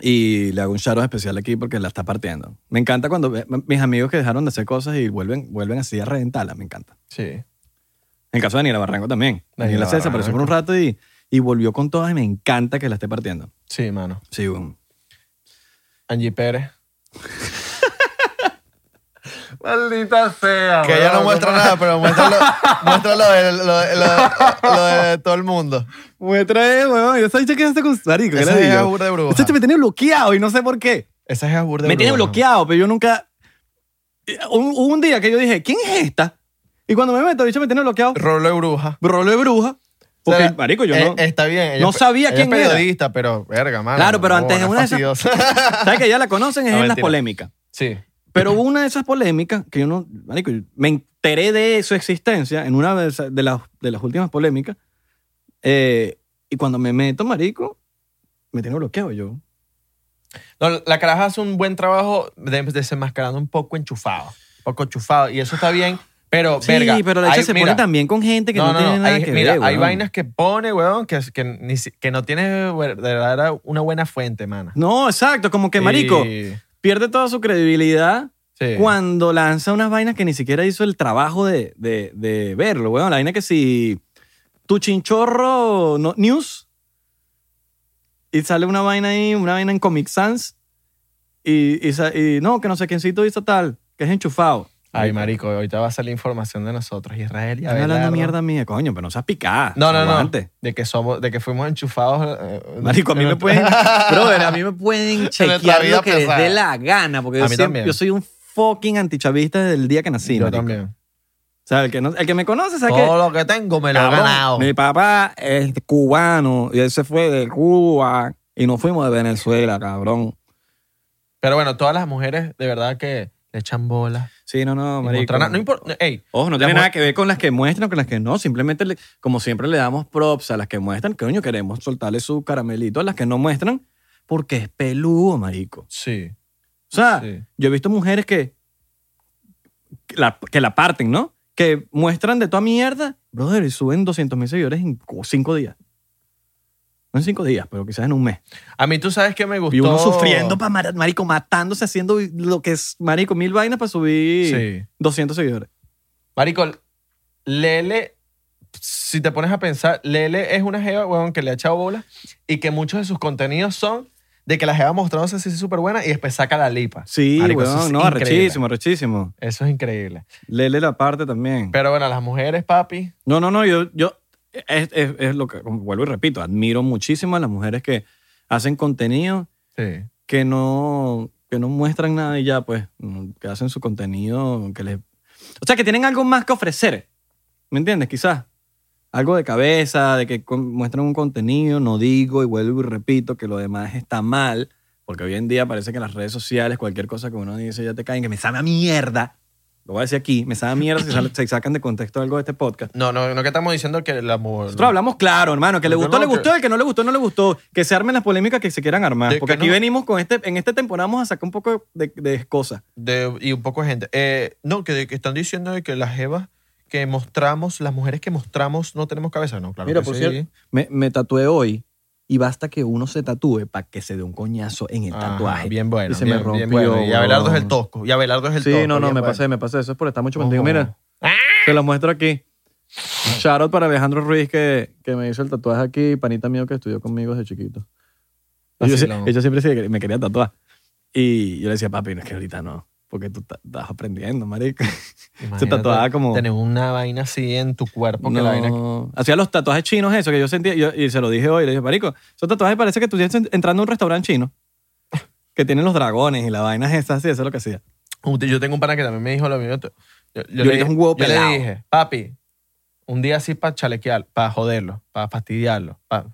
Speaker 2: y le hago un sharo especial aquí porque la está partiendo. Me encanta cuando ve- mis amigos que dejaron de hacer cosas y vuelven, vuelven así a reventarla, me encanta.
Speaker 1: Sí.
Speaker 2: En el caso de Daniela Barranco también.
Speaker 1: Daniela
Speaker 2: Daniela, se desapareció por un rato y, y volvió con todas y me encanta que la esté partiendo.
Speaker 1: Sí, mano.
Speaker 2: Sí, un-
Speaker 1: Angie Pérez. Maldita sea.
Speaker 3: Que ella no muestra nada, pero muestra lo, muestra lo de, lo de- lo de- lo de todo el mundo.
Speaker 2: Muestra, eh, weón. Yo soy chequeando con marico. ¿Qué
Speaker 1: Esa
Speaker 2: le
Speaker 1: es
Speaker 2: digo?
Speaker 1: burda de bruja.
Speaker 2: Este me tiene bloqueado y no sé por qué.
Speaker 1: Esa es burda de
Speaker 2: Me tiene
Speaker 1: bruja.
Speaker 2: bloqueado, pero yo nunca. eh, Un, hubo un día que yo dije, ¿quién es esta? Y cuando me meto, dicho, me tiene bloqueado.
Speaker 1: Rolo de bruja.
Speaker 2: Rolo de bruja. Porque,
Speaker 1: O sea,
Speaker 2: marico, yo
Speaker 1: Eh,
Speaker 2: no.
Speaker 1: Está bien. ella
Speaker 2: no
Speaker 1: es pe-
Speaker 2: sabía
Speaker 1: ella
Speaker 2: quién
Speaker 1: es
Speaker 2: era.
Speaker 1: periodista, pero verga, mano.
Speaker 2: Claro, pero antes
Speaker 1: huevona,
Speaker 2: una de esas-
Speaker 1: fastidiosa.
Speaker 2: ¿Sabes que ya la conocen? Es
Speaker 1: No,
Speaker 2: en las
Speaker 1: mentira.
Speaker 2: polémicas.
Speaker 1: sí.
Speaker 2: Pero hubo una de esas polémicas que yo no. Marico, yo me enteré de su existencia en una de, esas- de las, de las últimas polémicas. eh, y cuando me meto, marico, me tiene bloqueado yo.
Speaker 1: No, la caraja hace un buen trabajo de- desenmascarando un poco enchufado. Un poco enchufado. Y eso está bien, pero
Speaker 2: Sí,
Speaker 1: verga.
Speaker 2: pero la hecha
Speaker 1: hay-
Speaker 2: se
Speaker 1: mira,
Speaker 2: pone también con gente que no, tiene nada
Speaker 1: hay,
Speaker 2: que
Speaker 1: mira,
Speaker 2: ver.
Speaker 1: hay
Speaker 2: weón.
Speaker 1: vainas que pone, weón, que, que, ni si- que no tiene de verdad una buena fuente, mana.
Speaker 2: No, exacto, como que,
Speaker 1: Y-
Speaker 2: marico,
Speaker 1: Sí.
Speaker 2: pierde toda su credibilidad cuando lanza unas vainas que ni siquiera hizo el trabajo de, de- de verlo, weón. La vaina que si tu chinchorro no- news y sale una vaina ahí, una vaina en Comic Sans y, y sa- y no, que no sé quiéncito hizo tal, que es enchufado.
Speaker 1: Ay, marico, ahorita va a salir información de nosotros, Israel y
Speaker 2: Están hablando
Speaker 1: Abelardo,
Speaker 2: mierda mía, coño, pero no seas picada.
Speaker 1: No, no, no.
Speaker 2: aguante.
Speaker 1: De que, somos, de que fuimos enchufados. eh,
Speaker 2: Marico, a mí
Speaker 1: en
Speaker 2: me
Speaker 1: nuestra-
Speaker 2: pueden, brother, a mí me pueden
Speaker 3: nuestra
Speaker 2: chequear
Speaker 3: vida
Speaker 2: lo que les
Speaker 3: pesada.
Speaker 2: dé la gana, porque yo,
Speaker 1: A mí
Speaker 2: siempre-
Speaker 1: también.
Speaker 2: yo soy un fucking antichavista desde el día que nací.
Speaker 1: Yo
Speaker 2: marico.
Speaker 1: también.
Speaker 2: O sea, el que, no- el que me conoce sabe que
Speaker 3: Todo lo que tengo me lo he
Speaker 2: Cabrón,
Speaker 3: ganado.
Speaker 2: Mi papá es cubano y él se fue de Cuba y nos fuimos de Venezuela, cabrón.
Speaker 1: Pero bueno, todas las mujeres de verdad que le echan bola.
Speaker 2: Sí, no, no,
Speaker 1: Y
Speaker 2: marico.
Speaker 1: mostrar nada. No importa. Ey,
Speaker 2: Ojo, no tiene
Speaker 1: Las mu-
Speaker 2: nada que ver con las que muestran, con las que no. Simplemente, le- como siempre, le damos props a las que muestran. Coño, queremos soltarle su caramelito a las que no muestran porque es peludo, marico. O
Speaker 1: sí.
Speaker 2: sea,
Speaker 1: Sí.
Speaker 2: yo he visto mujeres que que la, que la parten, ¿no? Que muestran de toda mierda, brother, y suben 200 mil seguidores en cu- cinco días. No en cinco días, pero quizás en un mes.
Speaker 1: A mí tú sabes que me gustó.
Speaker 2: Y uno sufriendo, pa, mar- marico, matándose, haciendo lo que es, marico, mil vainas para subir
Speaker 1: Sí.
Speaker 2: 200 seguidores.
Speaker 1: Marico, Lele, si te pones a pensar, Lele es una jeva, weón, que le ha echado bola y que muchos de sus contenidos son de que la jeva mostrándose así súper buena y después saca la lipa.
Speaker 2: Sí,
Speaker 1: Marico, eso
Speaker 2: weón,
Speaker 1: es
Speaker 2: no,
Speaker 1: increíble.
Speaker 2: arrechísimo, arrechísimo.
Speaker 1: Eso es increíble.
Speaker 2: Lele la parte también.
Speaker 1: Pero bueno, las mujeres, papi,
Speaker 2: No, no, no, yo, yo es, es- es lo que, como vuelvo y repito, admiro muchísimo a las mujeres que hacen contenido
Speaker 1: sí.
Speaker 2: que no, que no muestran nada y ya, pues, mm, que hacen su contenido, que les... O sea, que tienen algo más que ofrecer, ¿me entiendes? Quizás. Algo de cabeza, de que con- muestran un contenido, no digo y vuelvo y repito que lo demás está mal, porque hoy en día parece que en las redes sociales cualquier cosa que uno dice ya te caen, que me sabe a mierda. Lo voy a decir aquí, me sabe a mierda si sale- se sacan de contexto algo de este podcast.
Speaker 1: No, no, no que estamos diciendo que la mujer.
Speaker 2: Nosotros hablamos claro, hermano. Que le
Speaker 1: Yo
Speaker 2: gustó,
Speaker 1: no,
Speaker 2: le
Speaker 1: que-
Speaker 2: gustó. El que no le gustó, no le gustó. Que se armen las polémicas que se quieran armar.
Speaker 1: De
Speaker 2: Porque
Speaker 1: que
Speaker 2: aquí
Speaker 1: no.
Speaker 2: venimos con este... En esta temporada vamos a sacar un poco de, de cosas.
Speaker 1: de- y un poco de gente. Eh, no, que, que están diciendo de que las jevas, que que mostramos, las mujeres que mostramos no tenemos cabeza, no, claro
Speaker 2: Mira,
Speaker 1: que
Speaker 2: por
Speaker 1: sí.
Speaker 2: cierto, me, me tatué hoy y basta que uno se tatúe para que se dé un coñazo en el
Speaker 1: Ajá,
Speaker 2: tatuaje.
Speaker 1: Ah, Bien bueno.
Speaker 2: Y se
Speaker 1: bien-
Speaker 2: me
Speaker 1: bien
Speaker 2: rompió,
Speaker 1: bueno. Y Abelardo es
Speaker 2: weón.
Speaker 1: el tosco. Y Abelardo es el tosco.
Speaker 2: sí, no, no,
Speaker 1: bien
Speaker 2: me
Speaker 1: bueno.
Speaker 2: pasé, me pasé. Eso es por estar mucho contigo.
Speaker 1: Ojo.
Speaker 2: Mira, te lo muestro aquí. Shout out para Alejandro Ruiz que, que me hizo el tatuaje aquí, panita mío que estudió conmigo desde chiquito. Y Yo,
Speaker 1: Vacilón.
Speaker 2: ella siempre se- me quería tatuar. Y yo le decía, papi, no es que ahorita no, porque tú ta- estás aprendiendo, marico. se
Speaker 1: Imagínate
Speaker 2: tatuaba como...
Speaker 1: Tener una vaina así en tu cuerpo que la vaina...
Speaker 2: No. Hacía los tatuajes chinos, eso que yo sentía. yo- y se lo dije hoy. Le dije, Marico, esos tatuajes parece que estuvieses en- entrando a un restaurante chino. Que tienen los dragones y las vainas esas, sí, eso es lo que hacía.
Speaker 1: Ut- Yo tengo un pana que también me dijo lo mismo. Yo, yo
Speaker 2: Yo le dije un huevo
Speaker 1: yo le
Speaker 2: pelado.
Speaker 1: dije, papi, un día así para chalequear, para joderlo, para fastidiarlo, pa-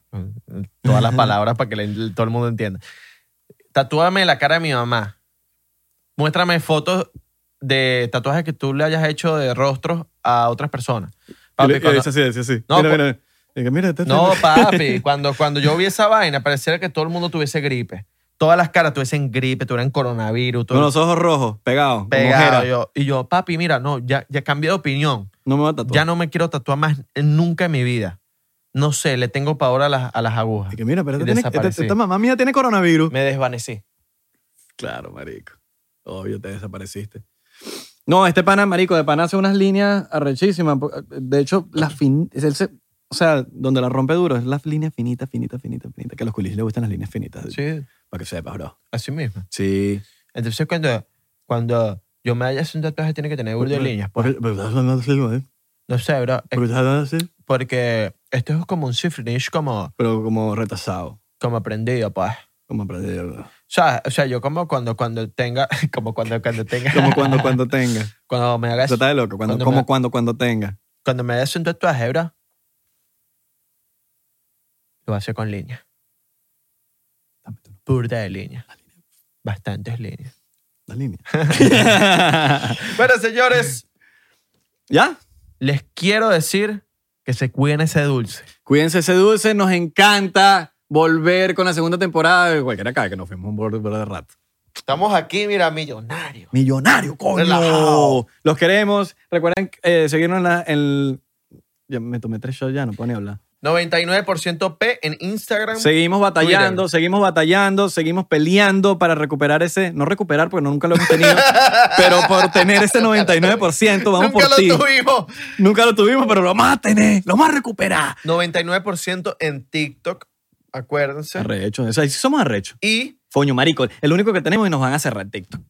Speaker 1: todas las palabras para que le- todo el mundo entienda. Tatúame la cara de mi mamá. Muéstrame fotos de tatuajes que tú le hayas hecho de rostros a otras personas. Papi,
Speaker 2: y le- y le
Speaker 1: cuando-
Speaker 2: dice así, decía así.
Speaker 1: No,
Speaker 2: mira,
Speaker 1: por-
Speaker 2: mira, mira. Y dije, mira, este-
Speaker 1: no, papi, cuando, cuando yo vi esa vaina, pareciera que todo el mundo tuviese gripe. Todas las caras tuviesen gripe, tuvieran coronavirus, todo
Speaker 2: Con los ojos rojos, pegados, con
Speaker 1: pegado.
Speaker 2: ojeras.
Speaker 1: yo- y yo, papi, mira, no, ya, ya cambié de opinión.
Speaker 2: No me va a tatuar.
Speaker 1: Ya no me quiero tatuar más nunca en mi vida. No sé, le tengo pavor a las, a las agujas.
Speaker 2: Y que mira, pero
Speaker 1: Y
Speaker 2: esta, tiene- este,
Speaker 1: desaparecí.
Speaker 2: esta- esta mamá mía tiene coronavirus.
Speaker 1: Me desvanecí.
Speaker 2: Claro, marico. Obvio, te desapareciste. No, este pana, marico, de pana hace unas líneas arrechísimas. po- De hecho, las fin... es el se- O sea, donde la rompe duro es las líneas finitas, finitas, finitas, finitas. Que a los culis les gustan las líneas finitas.
Speaker 1: Sí,
Speaker 2: Para que sepas, bro.
Speaker 1: así mismo.
Speaker 2: Sí.
Speaker 1: Entonces, cuando, cuando yo me haya hecho un tatuaje, tiene que tener burda de líneas. pues.
Speaker 2: Porque- porque estás hablando así, güey.
Speaker 1: No sé, bro. es
Speaker 2: Porque estás hablando así.
Speaker 1: porque esto es como un sifrinish como,
Speaker 2: Pero como retrasado.
Speaker 1: como aprendido, pues.
Speaker 2: Como aprendido.
Speaker 1: O sea, o sea, yo como cuando, cuando tenga, como cuando, cuando tenga,
Speaker 2: Como cuando, cuando tenga.
Speaker 1: cuando me hagas,
Speaker 2: Eso está de loco. Cuando,
Speaker 1: Cuando
Speaker 2: como
Speaker 1: me-
Speaker 2: cuando, cuando tenga.
Speaker 1: cuando me hagas un tatuaje, bro, lo hace con líneas,
Speaker 2: Dame tú
Speaker 1: burda de líneas, bastantes líneas.
Speaker 2: la línea.
Speaker 1: Bueno, señores,
Speaker 2: ¿Ya?
Speaker 1: les quiero decir que se cuiden ese dulce.
Speaker 2: Cuídense ese dulce, nos encanta volver con la segunda temporada de cualquiera acá, que nos fuimos un borde de rato.
Speaker 1: Estamos aquí, mira, millonarios.
Speaker 2: Millonario, coño.
Speaker 1: Relajado.
Speaker 2: Los queremos. Recuerden eh, seguirnos en la. en- Ya me tomé tres shots ya, no puedo ni hablar.
Speaker 1: 99% P en Instagram.
Speaker 2: Seguimos batallando, seguimos batallando, seguimos peleando para recuperar ese. No recuperar porque no- nunca lo hemos tenido, pero por tener ese 99%, vamos
Speaker 1: Nunca
Speaker 2: por
Speaker 1: lo
Speaker 2: ti.
Speaker 1: tuvimos.
Speaker 2: Nunca lo tuvimos, pero lo vamos a tener, lo vamos a recuperar.
Speaker 1: 99% en TikTok, acuérdense.
Speaker 2: Arrecho, o sea, sí somos arrecho.
Speaker 1: Y
Speaker 2: Foño, marico, el único que tenemos y nos van a cerrar TikTok.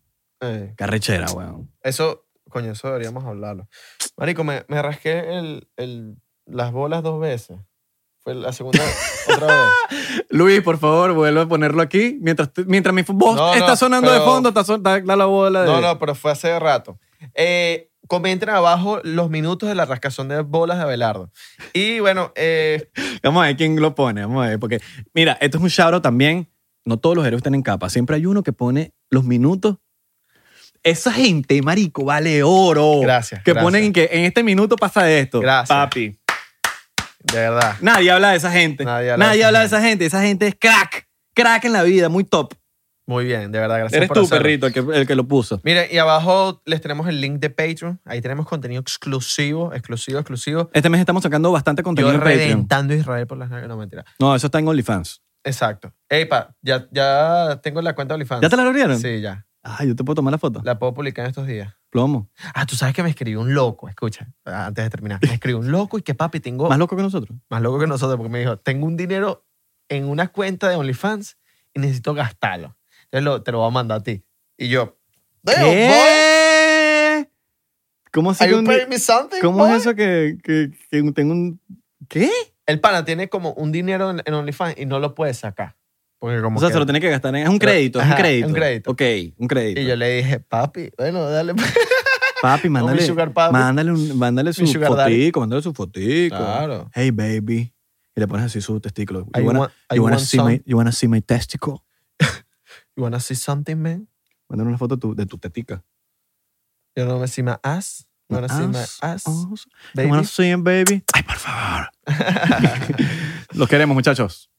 Speaker 1: eh,
Speaker 2: Carrechera, weón.
Speaker 1: eso, coño, eso deberíamos hablarlo. Marico, me, me rasqué el, el- las bolas dos veces. Fue la segunda, otra vez.
Speaker 2: Luis, por favor, vuelve a ponerlo aquí. Mientras, tú- mientras mi voz
Speaker 1: No, no,
Speaker 2: está sonando de
Speaker 1: pero-
Speaker 2: fondo, está, son- está- da la bola de...
Speaker 1: No, no, pero fue hace rato. Eh, comenten abajo los minutos de la rascazón de bolas de Abelardo. Y bueno, eh,
Speaker 2: Vamos a ver quién lo pone, vamos a ver. Porque, mira, esto es un shoutout también. No todos los héroes tienen capa. Siempre hay uno que pone los minutos. Esa gente, marico, vale oro.
Speaker 1: Gracias,
Speaker 2: Que
Speaker 1: gracias.
Speaker 2: ponen que en este minuto pasa esto.
Speaker 1: Gracias.
Speaker 2: Papi.
Speaker 1: de verdad.
Speaker 2: Nadie habla de esa gente.
Speaker 1: Nadie
Speaker 2: Nadie
Speaker 1: habla
Speaker 2: habla,
Speaker 1: de esa
Speaker 2: de esa gente. Esa gente es crack. Crack en la vida, muy top.
Speaker 1: Muy bien, de verdad, gracias
Speaker 2: Eres
Speaker 1: por
Speaker 2: tú,
Speaker 1: hacerlo.
Speaker 2: perrito, el que, el que lo puso.
Speaker 1: Mira, y abajo les tenemos el link de Patreon. Ahí tenemos contenido exclusivo, exclusivo, exclusivo.
Speaker 2: Este mes estamos sacando bastante
Speaker 1: Yo
Speaker 2: contenido en Patreon.
Speaker 1: reventando a Israel por las nalgas. No, mentira.
Speaker 2: No, eso está en OnlyFans.
Speaker 1: Exacto. Epa, ya, ya tengo la cuenta de OnlyFans.
Speaker 2: ¿Ya te la abrieron?
Speaker 1: Ah. Sí, ya.
Speaker 2: Ah, yo te puedo tomar la foto.
Speaker 1: La puedo publicar en estos días.
Speaker 2: Plomo.
Speaker 1: Ah, tú sabes que me escribió un loco. Escucha, antes de terminar. Me escribió un loco y que papi, tengo...
Speaker 2: Más loco que nosotros.
Speaker 1: más loco que nosotros, porque me dijo, tengo un dinero en una cuenta de OnlyFans y necesito gastarlo. Entonces lo- te lo voy a mandar a ti. Y yo, "Damn, boy,
Speaker 2: ¿Qué? ¿Cómo, así
Speaker 1: are
Speaker 2: que
Speaker 1: you
Speaker 2: un-
Speaker 1: paying me something,
Speaker 2: ¿cómo
Speaker 1: boy?"
Speaker 2: es eso que, que, que tengo un... ¿Qué?
Speaker 1: El pana tiene como un dinero en, en OnlyFans y no lo puede sacar. Porque como
Speaker 2: O sea,
Speaker 1: que-
Speaker 2: se lo tiene que gastar. en- Es un
Speaker 1: Pero-
Speaker 2: crédito, es un
Speaker 1: ajá,
Speaker 2: crédito.
Speaker 1: un crédito.
Speaker 2: Ok, un crédito.
Speaker 1: y yo le dije, papi, bueno, dale. pues,
Speaker 2: Papi, mándale,
Speaker 1: sugar papi.
Speaker 2: mándale, un- mándale su
Speaker 1: sugar daddy.
Speaker 2: fotico, mándale su fotico.
Speaker 1: Claro.
Speaker 2: Hey, baby. Y le pones así su testículo.
Speaker 1: I
Speaker 2: You wanna,
Speaker 1: want- I
Speaker 2: you wanna
Speaker 1: want
Speaker 2: see,
Speaker 1: some.
Speaker 2: my, you wanna see my testicle?
Speaker 1: You wanna see something, man?
Speaker 2: Mándale una foto tu- de tu tetica.
Speaker 1: You wanna see my ass? You wanna see my ass,
Speaker 2: ass. Oh. You
Speaker 1: baby?
Speaker 2: wanna see it, baby? Ay, por favor. Los queremos, muchachos.